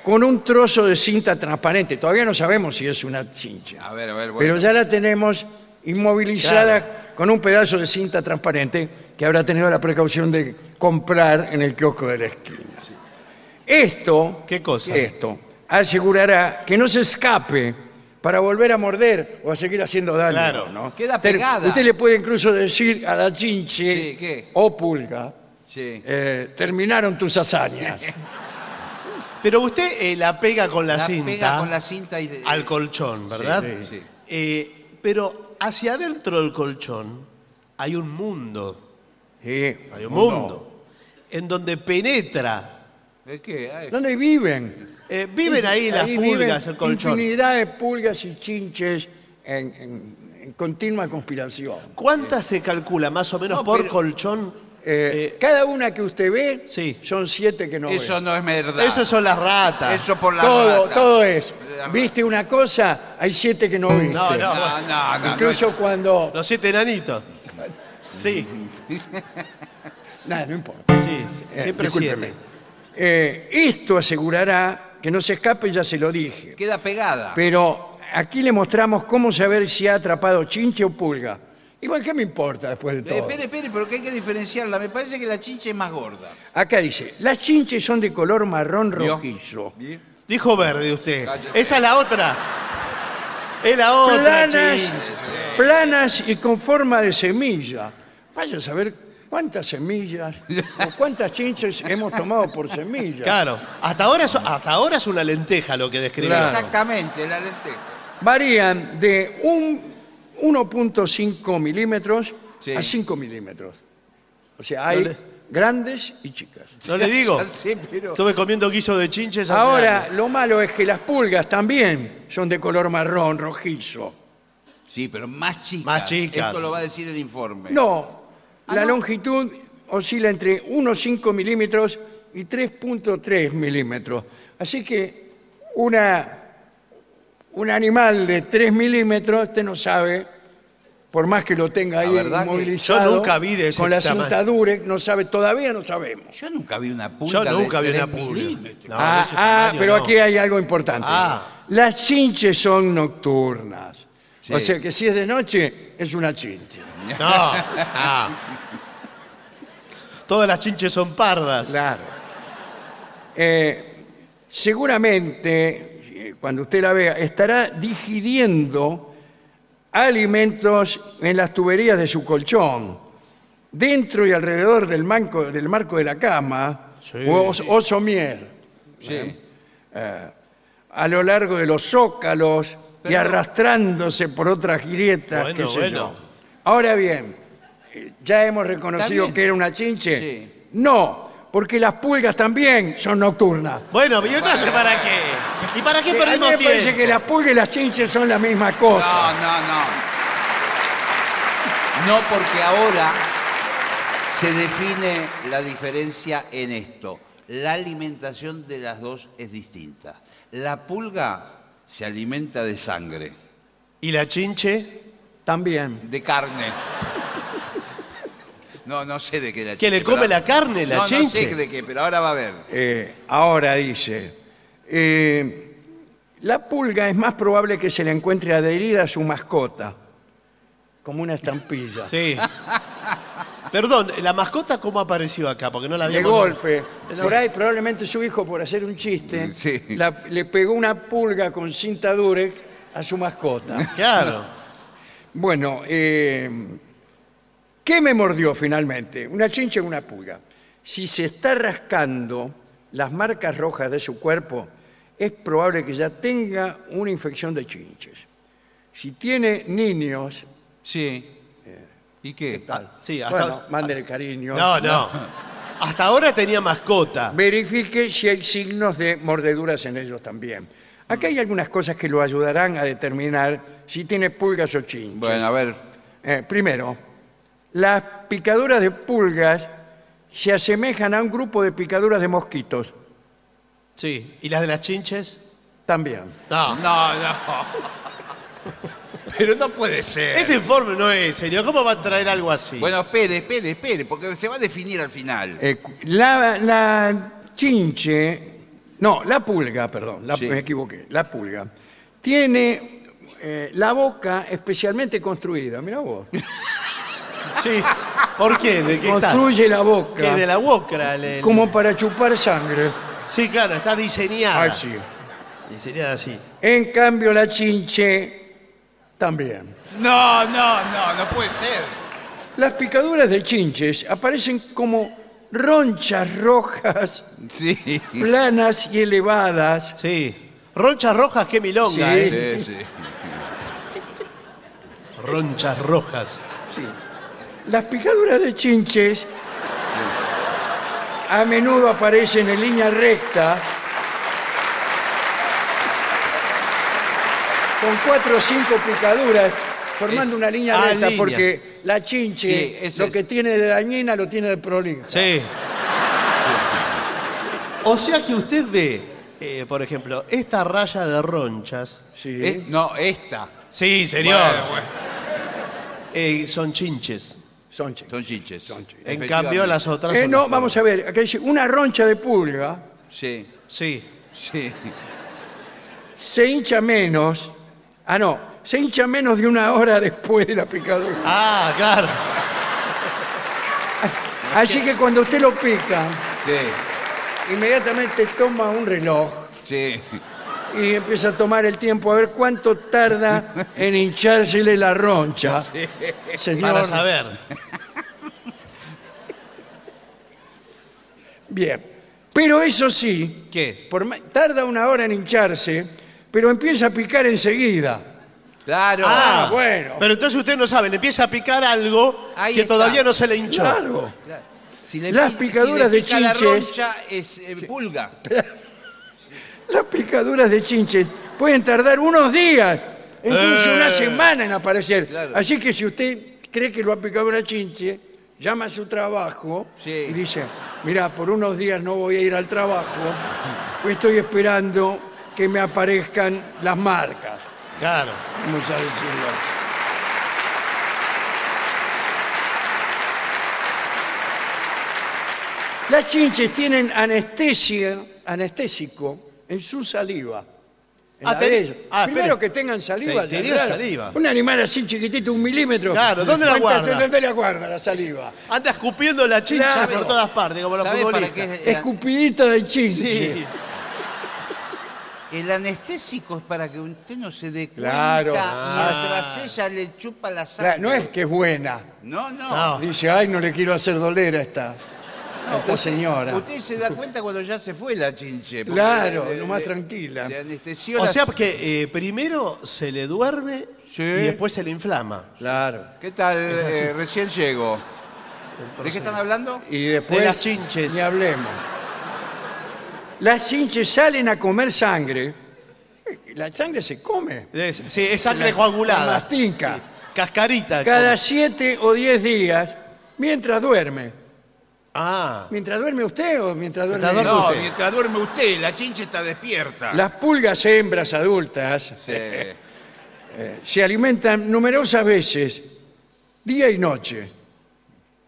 Speaker 1: con un trozo de cinta transparente. Todavía no sabemos si es una chinche,
Speaker 3: A ver, a ver, bueno.
Speaker 1: pero ya la tenemos inmovilizada con un pedazo de cinta transparente que habrá tenido la precaución de comprar en el kiosco de la esquina. Esto,
Speaker 2: ¿Qué cosa?
Speaker 1: Esto asegurará que no se escape para volver a morder o a seguir haciendo daño.
Speaker 2: Claro,
Speaker 1: ¿no?
Speaker 3: queda
Speaker 1: Usted-
Speaker 3: pegada.
Speaker 1: Usted le puede incluso decir a la chinche
Speaker 3: Sí, ¿qué?
Speaker 1: o pulga,
Speaker 3: Sí.
Speaker 1: eh, terminaron tus hazañas.
Speaker 2: Pero usted eh, la pega con la,
Speaker 3: La
Speaker 2: cinta.
Speaker 3: pega con la cinta y...
Speaker 2: al colchón, ¿verdad?
Speaker 3: Sí, sí.
Speaker 2: Eh, pero hacia adentro del colchón hay un mundo,
Speaker 1: Sí,
Speaker 2: hay un
Speaker 1: no.
Speaker 2: mundo, en donde penetra.
Speaker 3: ¿Es qué? Ay,
Speaker 1: ¿Dónde viven?
Speaker 2: Eh, viven ahí las
Speaker 1: viven
Speaker 2: pulgas, el colchón.
Speaker 1: Infinidad de pulgas y chinches en, en- en continua conspiración.
Speaker 2: ¿Cuántas se calcula más o menos
Speaker 3: No,
Speaker 2: por
Speaker 3: pero-
Speaker 2: colchón?
Speaker 1: Eh, cada una que usted ve
Speaker 2: Sí.
Speaker 1: son siete que no ve.
Speaker 3: eso no es verdad.
Speaker 2: Esas son las ratas.
Speaker 3: Eso por la
Speaker 1: todo,
Speaker 3: rata.
Speaker 1: todo es.
Speaker 3: La-
Speaker 1: ¿Viste una cosa? Hay siete que no viste.
Speaker 2: No, no.
Speaker 3: No, no, no.
Speaker 1: Incluso cuando.
Speaker 2: Los siete enanitos. Sí,
Speaker 1: Nada, no importa.
Speaker 2: sí,
Speaker 1: Eh,
Speaker 2: siempre
Speaker 1: discúlpeme.
Speaker 2: siete.
Speaker 1: Eh, esto asegurará que no se escape, ya se lo dije.
Speaker 3: Queda pegada.
Speaker 1: Pero aquí le mostramos cómo saber si ha atrapado chinche o pulga. Igual, ¿qué me importa después de
Speaker 3: Eh,
Speaker 1: todo?
Speaker 3: espere, espere, pero que hay que diferenciarla. Me parece que la chinche es más gorda.
Speaker 1: Acá dice: las chinches son de color marrón rojizo.
Speaker 2: Dijo verde usted.
Speaker 3: Cállese.
Speaker 2: Esa es la otra. Es la otra.
Speaker 1: planas,
Speaker 2: chin.
Speaker 1: planas y con forma de semilla. Vaya a saber cuántas semillas o cuántas chinches hemos tomado por semilla.
Speaker 2: Claro. Hasta ahora, es, hasta ahora es una lenteja lo que describe.
Speaker 1: Claro.
Speaker 3: Exactamente, la este. lenteja.
Speaker 1: Varían de un 1.5 milímetros
Speaker 3: Sí.
Speaker 1: a 5 milímetros. O sea, hay
Speaker 2: No le-
Speaker 1: grandes y chicas.
Speaker 2: No le digo.
Speaker 3: Sí, pero-
Speaker 2: Estuve comiendo guiso de chinches. hace
Speaker 1: Ahora,
Speaker 2: años.
Speaker 1: lo malo es que las pulgas también son de color marrón, rojizo.
Speaker 3: Sí, pero más chicas.
Speaker 2: Más chicas.
Speaker 3: Esto lo va a decir el informe.
Speaker 1: No,
Speaker 3: Ah,
Speaker 1: la
Speaker 3: no.
Speaker 1: longitud oscila entre 1,5 milímetros y 3,3 milímetros. Así que una, un animal de 3 milímetros, usted no sabe, por más que lo tenga ahí
Speaker 3: verdad que
Speaker 1: inmovilizado,
Speaker 2: yo nunca vi de ese
Speaker 1: con la
Speaker 2: tamaño.
Speaker 1: cinta dure, no sabe, todavía no sabemos.
Speaker 3: Yo nunca vi una pulga
Speaker 2: Yo nunca
Speaker 3: de
Speaker 2: vi una
Speaker 3: tres
Speaker 2: pulga.
Speaker 3: milímetros.
Speaker 2: No, de
Speaker 1: ah,
Speaker 2: ese
Speaker 1: ah,
Speaker 2: tamaño
Speaker 1: pero
Speaker 2: no.
Speaker 1: aquí hay algo importante.
Speaker 2: Ah.
Speaker 1: Las chinches son nocturnas. O
Speaker 3: Sí.
Speaker 1: sea que si es de noche, es una chinche.
Speaker 2: No. ah. Todas las chinches son pardas.
Speaker 1: Claro. Eh, seguramente, eh, cuando usted la vea, estará digiriendo alimentos en las tuberías de su colchón, dentro y alrededor del, manco, del marco de la cama,
Speaker 2: Sí.
Speaker 1: o, o somier,
Speaker 3: Sí.
Speaker 1: a lo largo de los zócalos y
Speaker 3: Pero-
Speaker 1: arrastrándose por otras grietas.
Speaker 2: Bueno,
Speaker 1: qué sé
Speaker 2: bueno.
Speaker 1: yo. Ahora bien, eh, ya hemos
Speaker 3: Está
Speaker 1: reconocido
Speaker 3: bien.
Speaker 1: que era una chinche.
Speaker 3: Sí.
Speaker 1: No, porque las pulgas también son nocturnas.
Speaker 2: Bueno, ¿y entonces para qué? ¿Y para qué
Speaker 1: Sí, a mí
Speaker 2: perdimos
Speaker 1: me parece
Speaker 2: tiempo?
Speaker 1: que las pulgas y las chinches son la misma cosa.
Speaker 3: No, no, no. No, porque ahora se define la diferencia en esto. La alimentación de las dos es distinta. La pulga se alimenta de sangre,
Speaker 2: ¿Y la chinche?
Speaker 1: También.
Speaker 3: de carne. No, no sé de qué la
Speaker 2: ¿Que le
Speaker 3: chinche, pero-
Speaker 2: come la carne, la
Speaker 3: no, No
Speaker 2: chinche?
Speaker 3: sé de qué, pero ahora va a ver.
Speaker 1: Eh, ahora dice, eh, la pulga es más probable que se le encuentre adherida a su mascota, como una estampilla.
Speaker 2: Sí. Perdón, ¿la mascota cómo apareció acá? Porque no la
Speaker 1: De
Speaker 2: había
Speaker 1: golpe. Por ahí probablemente su hijo, por hacer un chiste,
Speaker 3: Sí.
Speaker 1: la- le pegó una pulga con cinta durex a su mascota.
Speaker 2: Claro.
Speaker 1: Bueno, eh, ¿qué me mordió finalmente? Una chincha o una pulga. Si se está rascando las marcas rojas de su cuerpo, es probable que ya tenga una infección de chinches. Si tiene niños,
Speaker 3: Sí.
Speaker 4: ¿Y qué?
Speaker 1: tal?
Speaker 2: Ah, sí, hasta-
Speaker 1: Bueno, mándele cariño.
Speaker 2: No, no. Hasta ahora tenía mascota.
Speaker 1: Verifique si hay signos de mordeduras en ellos también. Acá hay algunas cosas que lo ayudarán a determinar si tiene pulgas o chinches.
Speaker 3: Bueno, a ver.
Speaker 1: Eh, primero, las picaduras de pulgas se asemejan a un grupo de picaduras de mosquitos
Speaker 2: Sí. ¿Y las de las chinches?
Speaker 1: también.
Speaker 2: No.
Speaker 4: No, no. Pero no puede
Speaker 1: Eh.
Speaker 4: ser.
Speaker 2: Este informe no es serio. ¿Cómo va a traer algo así?
Speaker 3: Bueno, espere, espere, espere, porque se va a definir al final.
Speaker 1: Eh, cu- la, la chinche, no, la pulga, perdón, la-
Speaker 3: Sí.
Speaker 1: me equivoqué, la pulga, tiene eh, la boca especialmente construida, mira vos,
Speaker 2: sí. ¿Por qué? ¿De qué está?
Speaker 1: construye la boca
Speaker 2: Que de la Wokra. le-
Speaker 1: como para chupar sangre.
Speaker 2: Sí, claro, está diseñada.
Speaker 1: Así.
Speaker 2: Diseñada así.
Speaker 1: En cambio, la chinche también.
Speaker 4: No, no, no, no puede ser.
Speaker 1: Las picaduras de chinches aparecen como ronchas rojas,
Speaker 3: Sí.
Speaker 1: planas y elevadas.
Speaker 2: Sí. Ronchas rojas, qué milonga,
Speaker 1: Sí.
Speaker 2: ¿eh?
Speaker 3: Sí, sí.
Speaker 2: Ronchas rojas.
Speaker 1: Sí. Las picaduras de chinches a menudo aparecen en línea recta con cuatro o cinco picaduras formando
Speaker 3: Es-
Speaker 1: una línea
Speaker 2: ah,
Speaker 1: recta
Speaker 2: línea.
Speaker 1: porque la chinche
Speaker 3: Sí, ese
Speaker 1: lo
Speaker 3: es.
Speaker 1: que tiene de dañina lo tiene de prolija.
Speaker 2: Sí. O sea que usted ve, eh, por ejemplo, esta raya de ronchas.
Speaker 1: Sí.
Speaker 3: Es- no, esta.
Speaker 2: Sí, señor.
Speaker 4: Bueno, bueno.
Speaker 2: Eh, son chinches.
Speaker 1: Son chinches.
Speaker 3: Son chinches.
Speaker 2: En cambio, las otras.
Speaker 1: Eh,
Speaker 2: son
Speaker 1: no,
Speaker 2: las
Speaker 1: vamos a ver, acá dice, una roncha de pulga
Speaker 3: Sí,
Speaker 2: Sí.
Speaker 3: sí.
Speaker 1: se hincha menos, ah no, se hincha menos de una hora después de la picadura.
Speaker 2: Ah, claro.
Speaker 3: Ah,
Speaker 1: Así que cuando usted lo pica,
Speaker 3: Sí,
Speaker 1: inmediatamente toma un reloj
Speaker 3: sí.
Speaker 1: y empieza a tomar el tiempo a ver cuánto tarda en hinchársele la roncha. Señor.
Speaker 2: Para saber.
Speaker 1: Bien. Pero eso sí,
Speaker 2: ¿Qué?
Speaker 1: por ma- tarda una hora en hincharse, pero empieza a picar enseguida.
Speaker 3: Claro.
Speaker 1: Ah, bueno.
Speaker 2: Pero entonces usted no sabe, le empieza a picar algo
Speaker 3: Ahí
Speaker 2: que
Speaker 3: está.
Speaker 2: todavía no se le hinchó.
Speaker 1: Claro.
Speaker 3: Si le
Speaker 1: las
Speaker 3: pi- si le
Speaker 1: picaduras de
Speaker 3: pica la
Speaker 1: chinches-
Speaker 3: roncha es eh, pulga.
Speaker 1: Las picaduras de chinches pueden tardar unos días, incluso
Speaker 2: Eh.
Speaker 1: una semana en aparecer.
Speaker 3: Claro.
Speaker 1: Así que si usted cree que lo ha picado una chinche, llama a su trabajo
Speaker 3: Sí.
Speaker 1: y dice, mira, por unos días no voy a ir al trabajo, pues estoy esperando que me aparezcan las marcas.
Speaker 2: Claro.
Speaker 1: Vamos a decirlo así. Las chinches tienen anestesia, anestésico en su saliva. en
Speaker 2: Ah,
Speaker 1: la
Speaker 2: ten-
Speaker 1: de ellos.
Speaker 2: ah, espere.
Speaker 1: Primero que tengan saliva.
Speaker 2: Te-
Speaker 1: ya,
Speaker 2: tenía saliva.
Speaker 1: Un animal así chiquitito, un milímetro.
Speaker 2: Claro, ¿dónde la
Speaker 1: ¿Cuántas-
Speaker 2: guarda?
Speaker 1: ¿Dónde la guarda la saliva?
Speaker 2: Anda escupiendo la chincha
Speaker 1: Claro.
Speaker 2: por todas partes, como los
Speaker 3: ¿Sabe para
Speaker 2: futbolistas.
Speaker 3: qué es el,
Speaker 1: Escupidita de chinche.
Speaker 2: Eh, Sí.
Speaker 3: el anestésico es para que usted no se dé cuenta
Speaker 1: Claro.
Speaker 2: Ah.
Speaker 3: mientras ella le chupa la sangre.
Speaker 1: Claro, no es que es buena.
Speaker 3: No,
Speaker 2: No.
Speaker 3: no.
Speaker 1: Dice, ay, no le quiero hacer doler a esta, a esta señora.
Speaker 3: Usted se da cuenta cuando ya se fue la chinche. porque
Speaker 1: Claro,
Speaker 3: le- le-
Speaker 1: lo más
Speaker 3: le-
Speaker 1: tranquila.
Speaker 3: Le anestesió
Speaker 2: O
Speaker 3: la-
Speaker 2: sea que eh, primero se le duerme
Speaker 3: Sí.
Speaker 2: y después se le inflama.
Speaker 1: Claro.
Speaker 3: ¿Qué tal? eh, recién llego. ¿De qué están hablando?
Speaker 1: Y después.
Speaker 2: De las chinches.
Speaker 1: Ni hablemos. Las chinches salen a comer sangre. La sangre se come.
Speaker 2: Es- sí, es sangre
Speaker 1: La
Speaker 2: coagulada.
Speaker 1: mastica.
Speaker 2: Cascarita.
Speaker 1: Cada
Speaker 2: Como-
Speaker 1: siete o diez días, mientras duerme.
Speaker 2: Ah,
Speaker 1: ¿Mientras duerme usted o mientras duerme?
Speaker 2: Mientras duerme
Speaker 1: No.
Speaker 3: No,
Speaker 2: usted.
Speaker 3: mientras duerme usted, la chinche está despierta.
Speaker 1: Las pulgas hembras adultas
Speaker 3: Sí.
Speaker 1: se alimentan numerosas veces, día y noche.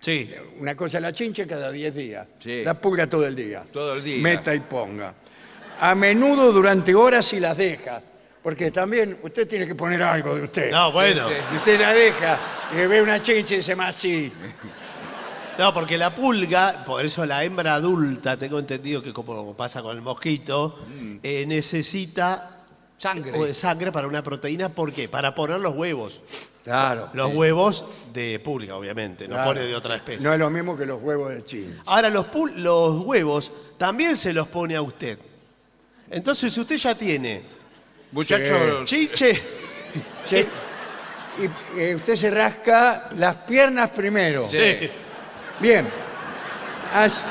Speaker 2: sí.
Speaker 1: Una cosa la chinche cada 10 días.
Speaker 3: Sí.
Speaker 1: La pulga todo el día.
Speaker 3: Todo el día.
Speaker 1: Meta y ponga. A menudo durante horas y las deja. Porque también usted tiene que poner algo de usted.
Speaker 2: No, bueno.
Speaker 3: sí.
Speaker 1: Y usted la deja y ve una chinche y dice más sí.
Speaker 2: No, porque la pulga, por eso la hembra adulta, tengo entendido que como pasa con el mosquito, eh, necesita
Speaker 3: Sangre.
Speaker 2: o de sangre para una proteína. ¿Por qué? Para poner los huevos.
Speaker 1: Claro.
Speaker 2: Los huevos de pulga, obviamente, no
Speaker 1: claro.
Speaker 2: pone de otra especie.
Speaker 1: No es lo mismo que los huevos de chinche.
Speaker 2: Ahora, los, pul- los huevos también se los pone a usted. Entonces, usted ya tiene
Speaker 3: Muchachos,
Speaker 2: chinche,
Speaker 1: Sí. y eh, usted se rasca las piernas primero.
Speaker 4: Sí.
Speaker 1: Bien. As-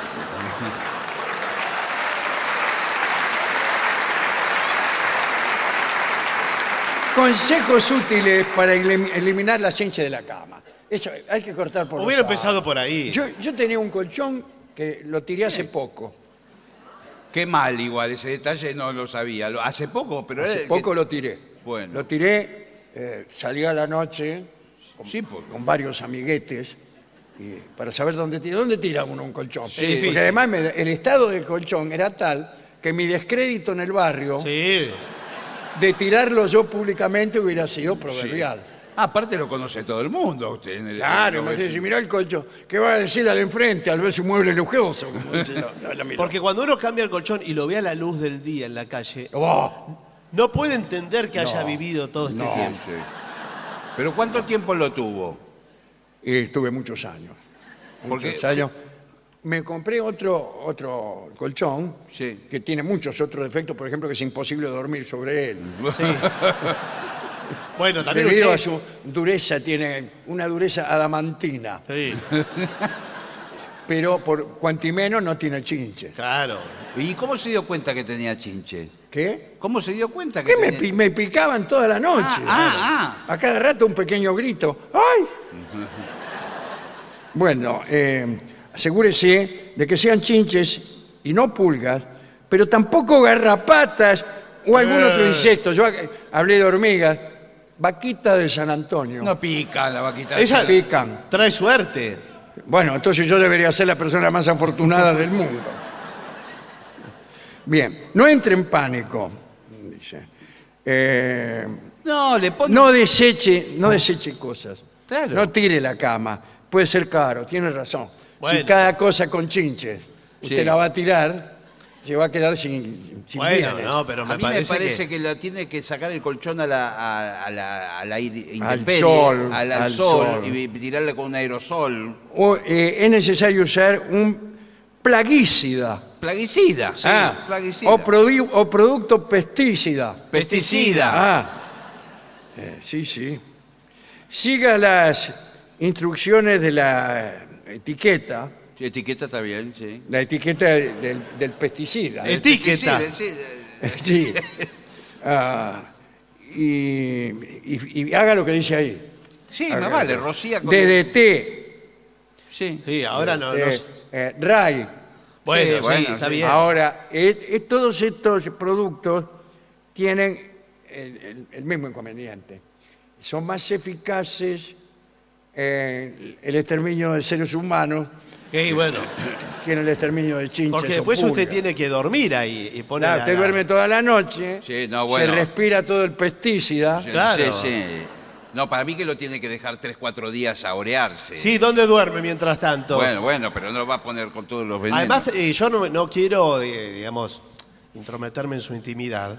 Speaker 1: Consejos útiles para elim- eliminar la chinche de la cama. Eso hay que cortar por lo
Speaker 2: Hubiera
Speaker 1: sano.
Speaker 2: empezado por ahí.
Speaker 1: Yo, yo tenía un colchón que lo tiré hace poco.
Speaker 3: Qué mal igual, ese detalle no lo sabía. Lo- Hace poco,
Speaker 2: Eh,
Speaker 3: pero era
Speaker 1: Hace
Speaker 3: el que-
Speaker 1: poco lo tiré.
Speaker 3: Bueno.
Speaker 1: Lo tiré, eh, salí a la noche con,
Speaker 3: Sí, pues, porque-
Speaker 1: con varios amiguetes y- para saber dónde tira. ¿Dónde tira uno un colchón?
Speaker 3: difícil.
Speaker 1: porque además me- el estado del colchón era tal que mi descrédito en el barrio
Speaker 2: Sí.
Speaker 1: de tirarlo yo públicamente hubiera sido proverbial.
Speaker 3: Ah, aparte lo conoce todo el mundo usted. en el-
Speaker 1: Claro,
Speaker 3: en
Speaker 1: no
Speaker 3: los
Speaker 1: sé si
Speaker 3: vecinos.
Speaker 1: miró el colchón, ¿qué va a decir al enfrente? Al ver su mueble lujoso. como dice la- la- la miró.
Speaker 2: Porque cuando uno cambia el colchón y lo ve a la luz del día en la calle,
Speaker 1: ¡Oh!
Speaker 2: no puede entender que haya vivido todo este
Speaker 3: No,
Speaker 2: tiempo.
Speaker 3: sí. Pero ¿cuánto tiempo lo tuvo?
Speaker 1: Y estuve muchos años.
Speaker 3: Porque
Speaker 1: muchos años. Me compré otro, otro colchón
Speaker 3: Sí.
Speaker 1: que tiene muchos otros defectos, por ejemplo, que es imposible dormir sobre él.
Speaker 2: Bueno, también
Speaker 1: Debido a
Speaker 2: usted...
Speaker 1: su dureza, tiene una dureza adamantina,
Speaker 2: Sí,
Speaker 1: pero por cuantimeno no tiene chinches.
Speaker 2: claro.
Speaker 3: ¿Y cómo se dio cuenta que tenía chinche?
Speaker 1: ¿Qué?
Speaker 3: ¿Cómo se dio cuenta que
Speaker 1: ¿Qué me,
Speaker 3: tenía-
Speaker 1: pi- me picaban toda la noche?
Speaker 3: Ah, ah,
Speaker 1: A cada rato un pequeño grito. ¡Ay! Bueno, eh, asegúrese de que sean chinches y no pulgas, pero tampoco garrapatas o algún
Speaker 3: Eh.
Speaker 1: otro insecto. Yo ha- hablé de hormigas, vaquita de San Antonio.
Speaker 3: No pica la vaquita.
Speaker 2: Esa-
Speaker 1: pican.
Speaker 2: Trae suerte.
Speaker 1: Bueno, entonces yo debería ser la persona más afortunada del mundo. Bien, no entre en pánico, dice. Eh,
Speaker 3: No, le pone...
Speaker 1: no deseche, no deseche cosas.
Speaker 3: Claro.
Speaker 1: No tire la cama. Puede ser caro, tiene razón. Si
Speaker 2: Bueno.
Speaker 1: cada cosa con chinches usted
Speaker 3: Sí.
Speaker 1: la va a tirar, se va a quedar sin, sin
Speaker 2: Bueno,
Speaker 1: bienes.
Speaker 2: no, pero me
Speaker 3: a mí
Speaker 2: parece,
Speaker 3: me parece
Speaker 2: que...
Speaker 3: que... la tiene que sacar el colchón a la, a, a la, a la ir- intemperie,
Speaker 1: sol,
Speaker 3: al, al
Speaker 1: al
Speaker 3: sol,
Speaker 1: sol.
Speaker 3: y tirarla con un aerosol.
Speaker 1: O, eh, es necesario usar un plaguicida.
Speaker 3: Plaguicida. sí,
Speaker 1: Ah,
Speaker 3: plaguicida.
Speaker 1: o, produ- o producto pesticida.
Speaker 3: Pesticida.
Speaker 1: Ah, eh, sí, sí. Siga las instrucciones de la etiqueta,
Speaker 3: Sí, Etiqueta está bien, sí.
Speaker 1: la etiqueta del, del pesticida.
Speaker 2: Eh, Etiqueta.
Speaker 3: Pesticida, sí, eh,
Speaker 1: Sí. Ah, y, y- y haga lo que dice ahí.
Speaker 3: Sí,
Speaker 1: Haga
Speaker 3: me
Speaker 1: lo
Speaker 3: vale,
Speaker 1: que-
Speaker 3: rocía con...
Speaker 1: DDT,
Speaker 3: Sí.
Speaker 2: Sí, ahora no... no-
Speaker 1: eh, eh, RAI.
Speaker 2: Bueno, sí,
Speaker 3: bueno,
Speaker 2: está
Speaker 3: sí.
Speaker 2: bien.
Speaker 1: Ahora, eh, eh, todos estos productos tienen el, el- el mismo inconveniente. Son más eficaces en el exterminio de seres humanos
Speaker 2: Sí, bueno.
Speaker 1: que en el exterminio de chinches.
Speaker 2: Porque
Speaker 1: o
Speaker 2: después usted
Speaker 1: pulgas.
Speaker 2: tiene que dormir ahí y poner...
Speaker 1: Claro,
Speaker 2: la-
Speaker 1: usted
Speaker 2: la-
Speaker 1: duerme toda la noche,
Speaker 3: Sí, no, bueno.
Speaker 1: se respira todo el pesticida.
Speaker 3: Sí,
Speaker 2: Claro.
Speaker 3: Sí, sí. No, para mí que lo tiene que dejar tres, cuatro días a orearse.
Speaker 2: Sí, ¿dónde duerme mientras tanto?
Speaker 3: Bueno, bueno, pero no lo va a poner con todos los venenos.
Speaker 2: Además, eh, yo no, no quiero, eh, digamos, intrometerme en su intimidad.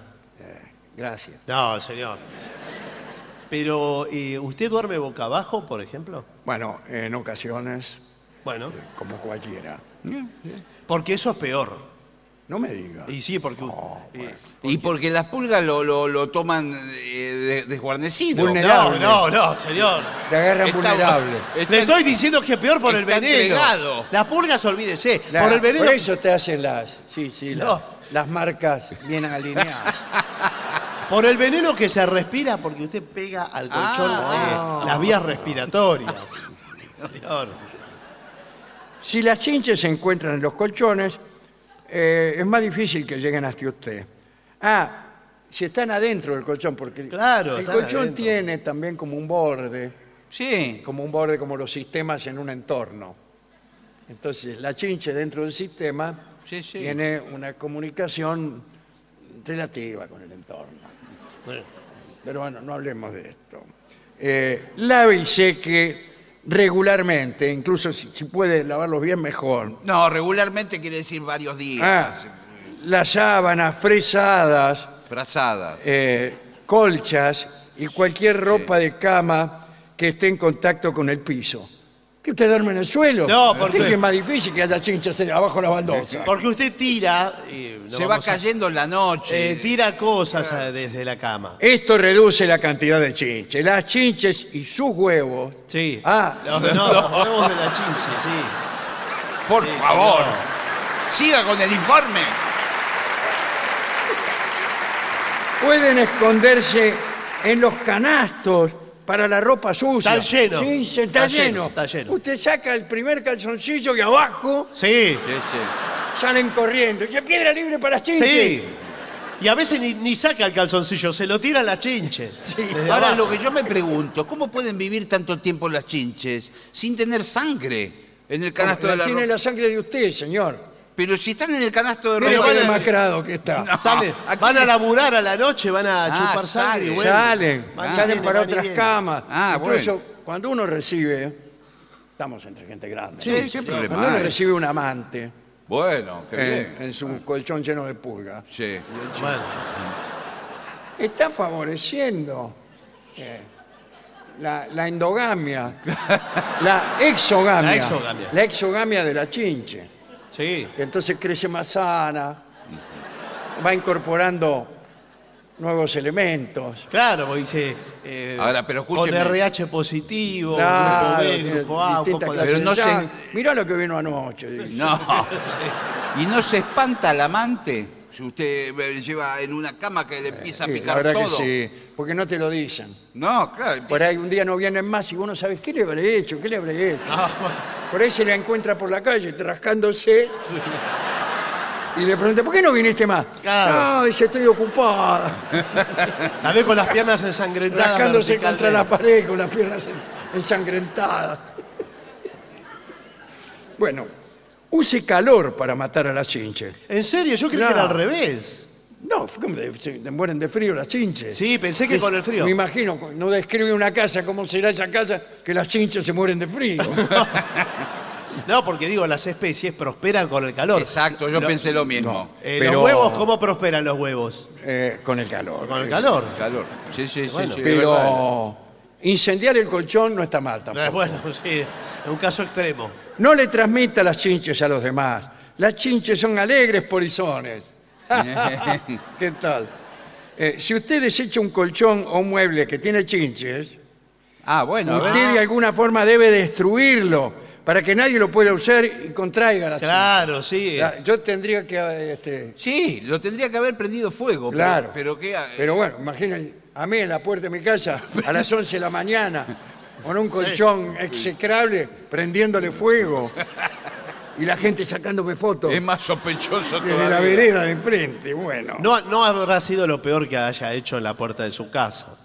Speaker 1: Gracias.
Speaker 2: No, señor. Pero, eh, ¿usted duerme boca abajo, por ejemplo?
Speaker 1: Bueno, en ocasiones,
Speaker 2: Bueno,
Speaker 1: como cualquiera.
Speaker 2: Mm. porque eso es peor.
Speaker 1: No me diga.
Speaker 2: Y sí, porque... eh,
Speaker 3: y porque las pulgas lo, lo, lo toman eh, de- desguarnecido.
Speaker 1: Vulnerable.
Speaker 2: no, no, no, señor.
Speaker 1: Te agarran
Speaker 3: Está-
Speaker 1: vulnerable.
Speaker 3: Está-
Speaker 2: Le estoy diciendo que es peor por el
Speaker 3: está
Speaker 2: veneno.
Speaker 3: entregado.
Speaker 2: Las pulgas, olvídese.
Speaker 1: La-
Speaker 2: por el veneno...
Speaker 1: por eso te hacen las, sí, sí, la-
Speaker 2: No.
Speaker 1: las marcas bien alineadas.
Speaker 2: Por el veneno que se respira porque usted pega al colchón
Speaker 3: Ah.
Speaker 2: eh, las vías respiratorias. Señor.
Speaker 1: si las chinches se encuentran en los colchones, eh, es más difícil que lleguen hasta usted. Ah, si están adentro del colchón, porque
Speaker 2: Claro,
Speaker 1: el
Speaker 2: están
Speaker 1: colchón
Speaker 2: adentro.
Speaker 1: tiene también como un borde,
Speaker 3: Sí.
Speaker 1: como un borde como los sistemas en un entorno. Entonces, la chinche dentro del sistema
Speaker 3: Sí, sí.
Speaker 1: tiene una comunicación relativa con el entorno. Pero bueno, no hablemos de esto. Eh, lave y seque regularmente, incluso si, si puede lavarlos bien, mejor.
Speaker 3: No, regularmente quiere decir varios días.
Speaker 1: Ah, las sábanas, fresadas,
Speaker 2: Ah.
Speaker 3: Frazada.
Speaker 1: eh, colchas y cualquier ropa de cama que esté en contacto con el piso. que usted duerme en el suelo.
Speaker 2: No,
Speaker 1: Usted
Speaker 2: porque-
Speaker 1: que es más difícil que haya chinchas en- abajo de la baldosa.
Speaker 2: Porque usted tira. y no
Speaker 3: Se va
Speaker 2: vamos a-
Speaker 3: cayendo en la noche.
Speaker 2: eh, tira cosas eh, desde la cama.
Speaker 1: Esto reduce la cantidad de chinches. Las chinches y sus huevos.
Speaker 2: Sí.
Speaker 1: Ah,
Speaker 2: No, no, los huevos de la chinche, sí.
Speaker 3: Por
Speaker 2: Sí,
Speaker 3: favor,
Speaker 2: señor.
Speaker 3: siga con el informe.
Speaker 1: pueden esconderse en los canastos para la ropa sucia.
Speaker 2: Está lleno.
Speaker 1: Sí, se- está,
Speaker 2: Está
Speaker 1: lleno.
Speaker 2: lleno, está lleno.
Speaker 1: Usted saca el primer calzoncillo y abajo
Speaker 2: Sí.
Speaker 1: salen corriendo. ¡Qué piedra libre para las chinches!
Speaker 2: Sí. Y a veces ni, ni saca el calzoncillo, se lo tira a la chinche. Desde
Speaker 3: Ahora,
Speaker 2: abajo.
Speaker 3: lo que yo me pregunto, ¿cómo pueden vivir tanto tiempo las chinches sin tener sangre en el canasto de la
Speaker 1: Tiene
Speaker 3: ropa?
Speaker 1: la sangre de usted, señor.
Speaker 3: Pero si están en el canasto de
Speaker 1: Mire
Speaker 3: ropa...
Speaker 1: qué
Speaker 2: van a-
Speaker 3: eh,
Speaker 1: demacrado que está.
Speaker 2: Sale-
Speaker 3: aquí-
Speaker 2: van a laburar a la noche, van a
Speaker 3: Ah,
Speaker 2: chupar sangre y
Speaker 3: sale.
Speaker 2: vuelven.
Speaker 1: Salen,
Speaker 2: Van y
Speaker 1: salen
Speaker 2: vienen,
Speaker 1: para
Speaker 2: van y
Speaker 1: otras
Speaker 2: vienen.
Speaker 1: camas.
Speaker 3: Ah,
Speaker 1: Incluso cuando uno recibe, estamos entre gente grande,
Speaker 3: Sí,
Speaker 1: ¿no?
Speaker 3: ¿eh? qué
Speaker 1: cuando uno
Speaker 3: problema. hay.
Speaker 1: recibe un amante
Speaker 3: Bueno, qué
Speaker 1: eh,
Speaker 3: bien.
Speaker 1: en su colchón lleno de pulgas,
Speaker 3: Sí.
Speaker 2: Bueno,
Speaker 1: está favoreciendo eh, la, la endogamia, la exogamia,
Speaker 2: La exogamia.
Speaker 1: la exogamia de la chinche.
Speaker 2: sí.
Speaker 1: que Entonces crece más sana, va incorporando nuevos elementos.
Speaker 2: Claro, porque dice. eh,
Speaker 3: Ahora, pero
Speaker 2: Con
Speaker 3: escúcheme.
Speaker 2: RH positivo,
Speaker 1: Claro,
Speaker 2: grupo B,
Speaker 1: tiene
Speaker 2: grupo A, un
Speaker 1: distintas
Speaker 2: poco de-
Speaker 1: clases
Speaker 3: Pero no
Speaker 1: de
Speaker 3: se-
Speaker 1: jazz. Mirá lo que vino anoche. dice.
Speaker 3: No. ¿Y no se espanta el amante si usted eh, lleva en una cama que le empieza a
Speaker 1: Eh, Sí,
Speaker 3: picar
Speaker 1: la verdad
Speaker 3: todo?
Speaker 1: que sí, porque no te lo dicen.
Speaker 3: No, claro.
Speaker 1: Por ahí un día no vienen más y vos no sabés qué le habré hecho, qué le habré hecho.
Speaker 2: Ah,
Speaker 1: Por ahí se la encuentra por la calle rascándose y le pregunta, ¿por qué no viniste más?
Speaker 2: Claro.
Speaker 1: No, dice, estoy ocupada,
Speaker 2: La ve con las piernas ensangrentadas.
Speaker 1: rascándose
Speaker 2: verticalmente.
Speaker 1: contra la pared con las piernas en- ensangrentadas. Bueno, use calor para matar a las chinches.
Speaker 2: En serio, yo creí
Speaker 1: No.
Speaker 2: que era al revés.
Speaker 1: No, fue como de- se se mueren de frío las chinches.
Speaker 2: Sí, pensé que
Speaker 1: Es-
Speaker 2: con el frío.
Speaker 1: Me imagino, no describe una casa, cómo será esa casa, que las chinches se mueren de frío.
Speaker 2: No, porque digo, las especies prosperan con el calor.
Speaker 3: Exacto, yo pensé lo mismo.
Speaker 2: Eh,
Speaker 1: Pero-
Speaker 2: Los huevos, ¿cómo prosperan los huevos?
Speaker 1: Eh, con el calor.
Speaker 2: Con el calor.
Speaker 3: Calor. Sí, sí, sí.
Speaker 2: Bueno,
Speaker 3: sí, es verdad.
Speaker 1: Pero incendiar el colchón no está mal
Speaker 2: Eh,
Speaker 1: tampoco.
Speaker 2: Bueno, sí, es un caso extremo.
Speaker 1: No le transmita las chinches a los demás. Las chinches son alegres polizones. ¿Qué tal? Eh, si usted desecha un colchón o un mueble que tiene chinches,
Speaker 3: Ah, bueno, a ver.
Speaker 1: usted de alguna forma debe destruirlo para que nadie lo pueda usar y contraiga las
Speaker 2: Claro, sí.
Speaker 1: Ya, Yo tendría que. eh, este,
Speaker 3: Sí, lo tendría que haber prendido fuego. pero-
Speaker 1: claro.
Speaker 3: Pero, eh, qué. ha-
Speaker 1: Pero bueno, imaginen, a mí en la puerta de mi casa, a las 11 de la mañana, con un colchón execrable, prendiéndole fuego. Y la gente sacándome fotos
Speaker 3: Es más sospechoso
Speaker 1: desde la
Speaker 3: todavía.
Speaker 1: vereda de enfrente. Bueno.
Speaker 2: No, no habrá sido lo peor que haya hecho en la puerta de su casa.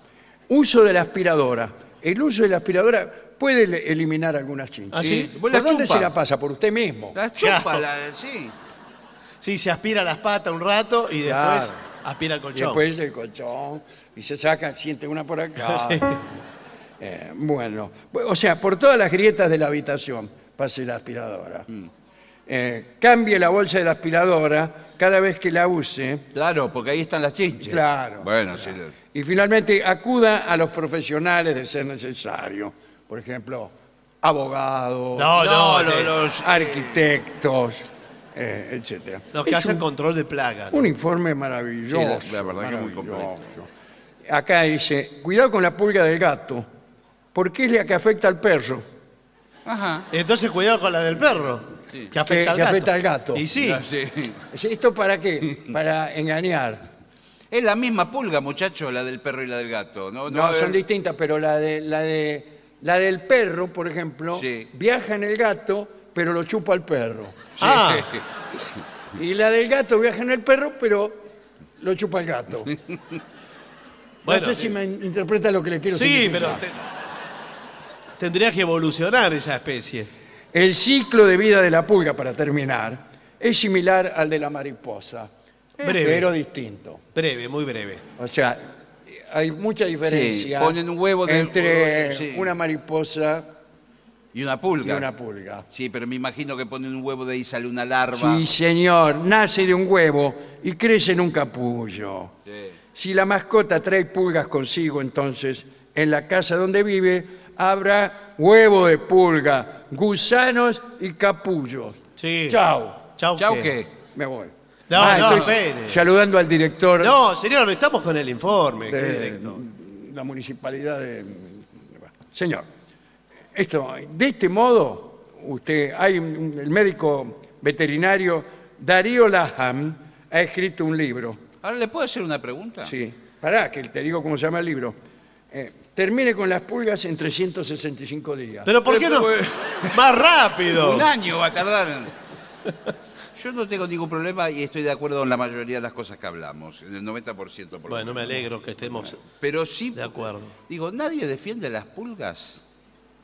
Speaker 1: Uso de la aspiradora. El uso de la aspiradora puede le- eliminar algunas chinchas.
Speaker 2: ¿Ah, sí?
Speaker 3: Vos
Speaker 1: ¿Por
Speaker 3: la
Speaker 1: dónde
Speaker 3: chupa.
Speaker 1: se la pasa? Por usted mismo.
Speaker 3: La chupa,
Speaker 2: Claro.
Speaker 3: la- sí.
Speaker 2: Sí, se aspira las patas un rato y después
Speaker 1: Claro.
Speaker 2: aspira el
Speaker 1: Y
Speaker 2: colchón.
Speaker 1: después el colchón. Y se saca, siente una por acá.
Speaker 2: Sí.
Speaker 1: Eh, bueno, o sea, por todas las grietas de la habitación pase la aspiradora.
Speaker 2: Mm.
Speaker 1: Eh, cambie la bolsa de la aspiradora cada vez que la use
Speaker 3: Claro, porque ahí están las chinches.
Speaker 1: Claro.
Speaker 3: Bueno, sí.
Speaker 1: y finalmente acuda a los profesionales de ser necesario. Por ejemplo, abogados,
Speaker 2: No, no,
Speaker 3: lo-
Speaker 2: te-
Speaker 3: los-
Speaker 1: arquitectos, eh, etcétera.
Speaker 2: los que
Speaker 1: Es
Speaker 2: hacen
Speaker 1: un-
Speaker 2: control de plaga. ¿no?
Speaker 1: un informe maravilloso.
Speaker 3: Sí, la verdad que muy completo.
Speaker 1: maravilloso. Acá dice, cuidado con la pulga del gato, porque es la que afecta al perro.
Speaker 3: Ajá.
Speaker 2: Entonces cuidado con la del perro, que
Speaker 1: Que-
Speaker 2: afecta, al,
Speaker 1: que
Speaker 2: gato.
Speaker 1: afecta al gato.
Speaker 2: Y sí,
Speaker 3: Ah, sí.
Speaker 1: ¿Es ¿Esto para qué? Para engañar.
Speaker 3: Es la misma pulga, muchacho, la del perro y la del gato. No, no,
Speaker 1: No,
Speaker 3: a ver.
Speaker 1: son distintas, pero la de la de la del perro, por ejemplo,
Speaker 3: Sí.
Speaker 1: viaja en el gato, pero lo chupa el perro.
Speaker 2: Ah.
Speaker 1: Y la del gato viaja en el perro, pero lo chupa el gato.
Speaker 2: Bueno,
Speaker 1: no sé si me in- interpreta lo que le quiero
Speaker 2: sí, pero
Speaker 1: significar.
Speaker 2: te- tendría que evolucionar esa especie.
Speaker 1: El ciclo de vida de la pulga, para terminar, es similar al de la mariposa,
Speaker 2: Breve.
Speaker 1: pero distinto.
Speaker 2: Breve, muy breve.
Speaker 1: O sea, hay mucha diferencia
Speaker 3: ponen un huevo de-
Speaker 1: entre
Speaker 3: sí.
Speaker 1: una mariposa
Speaker 3: Y una
Speaker 1: y
Speaker 3: pulga.
Speaker 1: una pulga.
Speaker 3: Sí, pero me imagino que ponen un huevo de ahí sale una larva.
Speaker 1: Sí, señor, nace de un huevo y crece en un capullo.
Speaker 3: Sí.
Speaker 1: Si la mascota trae pulgas consigo, entonces, en la casa donde vive, habrá huevo de pulga, gusanos y capullos.
Speaker 2: Sí.
Speaker 1: Chao.
Speaker 2: Chau.
Speaker 3: Chau,
Speaker 2: qué.
Speaker 3: ¿qué?
Speaker 1: Me voy. Ah,
Speaker 2: No, no,
Speaker 1: estoy
Speaker 2: Fede.
Speaker 1: saludando al director
Speaker 2: No, señor, estamos con el informe. ¿Qué
Speaker 1: de
Speaker 2: directo?
Speaker 1: la municipalidad de... Señor, esto, de este modo, usted, hay un- un- el médico veterinario Darío Laham ha escrito un libro.
Speaker 3: Ahora, ¿le puedo hacer una pregunta?
Speaker 1: Sí. Pará, que te digo cómo se llama el libro. Eh, termine con las pulgas en 365 días.
Speaker 2: Pero ¿por qué no?
Speaker 3: Pero-
Speaker 2: Más rápido.
Speaker 3: Un año va a tardar. en- Yo no tengo ningún problema y estoy de acuerdo en la mayoría de las cosas que hablamos, en el 90% por lo
Speaker 2: Bueno,
Speaker 3: menos.
Speaker 2: me alegro que estemos.
Speaker 3: Pero sí,
Speaker 2: De acuerdo.
Speaker 3: digo, nadie defiende las pulgas.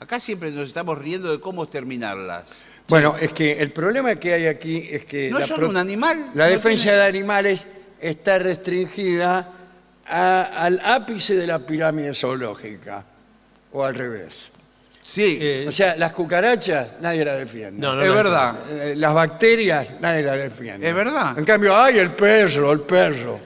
Speaker 3: Acá siempre nos estamos riendo de cómo exterminarlas.
Speaker 1: Bueno, es que el problema que hay aquí es
Speaker 2: Eh,
Speaker 1: que...
Speaker 3: No
Speaker 1: la
Speaker 3: es
Speaker 1: pro-
Speaker 3: solo un animal.
Speaker 1: La
Speaker 3: no
Speaker 1: defensa
Speaker 3: tiene-
Speaker 1: de animales está restringida a- al ápice de la pirámide zoológica, o al revés.
Speaker 3: Sí,
Speaker 2: Eh,
Speaker 1: O sea, las cucarachas nadie las defiende.
Speaker 2: No, no,
Speaker 3: es
Speaker 2: no.
Speaker 3: verdad.
Speaker 1: Eh, Las bacterias nadie las defiende.
Speaker 3: Es verdad.
Speaker 1: En cambio, ¡ay, el perro, el perro!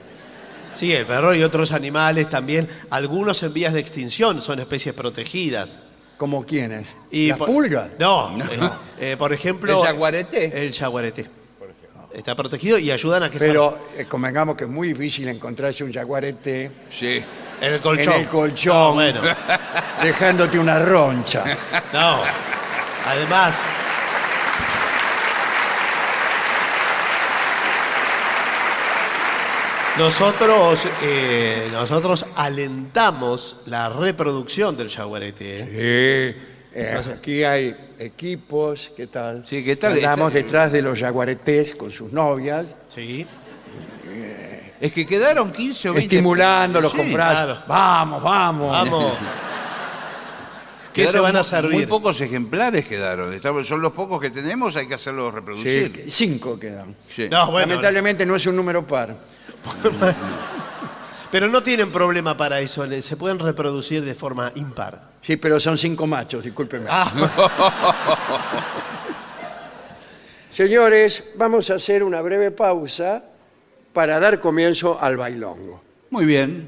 Speaker 2: Sí, el perro y otros animales también. Algunos en vías de extinción son especies protegidas.
Speaker 1: ¿Como quiénes?
Speaker 2: Y
Speaker 1: ¿Las
Speaker 2: por-
Speaker 1: pulgas?
Speaker 2: No. eh, eh, por ejemplo.
Speaker 3: El yaguareté.
Speaker 2: El yaguareté. Está protegido y ayudan a que
Speaker 1: Pero eh, convengamos que es muy difícil encontrarse un jaguarete
Speaker 3: sí.
Speaker 2: se. En el colchón.
Speaker 1: en el colchón,
Speaker 2: No, bueno,
Speaker 1: dejándote una roncha.
Speaker 2: no. Además. Nosotros, eh, nosotros alentamos la reproducción del yaguareté. ¿eh?
Speaker 1: Eh, eh, aquí hay equipos, ¿qué tal?
Speaker 3: Sí, ¿qué tal? Este, eh,
Speaker 1: Andamos
Speaker 3: Está-
Speaker 1: detrás de los jaguaretés con sus novias,
Speaker 2: Sí.
Speaker 3: Es que quedaron 15 o 20.
Speaker 1: estimulándolos
Speaker 3: Sí,
Speaker 1: con frases.
Speaker 2: claro.
Speaker 1: Vamos, vamos.
Speaker 2: Vamos. ¿Qué se
Speaker 3: quedaron
Speaker 2: van
Speaker 3: mu-
Speaker 2: a servir?
Speaker 3: Muy pocos ejemplares quedaron. Estamos- son los pocos que tenemos, hay que hacerlos
Speaker 1: Sí,
Speaker 3: reproducir.
Speaker 1: cinco quedan.
Speaker 3: Sí.
Speaker 2: No, bueno,
Speaker 1: Lamentablemente no es un número par.
Speaker 2: pero no tienen problema para eso, le- se pueden reproducir de forma impar.
Speaker 1: Sí, pero son cinco machos, discúlpenme.
Speaker 3: Ah.
Speaker 1: Señores, vamos a hacer una breve pausa para dar comienzo al bailongo.
Speaker 3: Muy bien.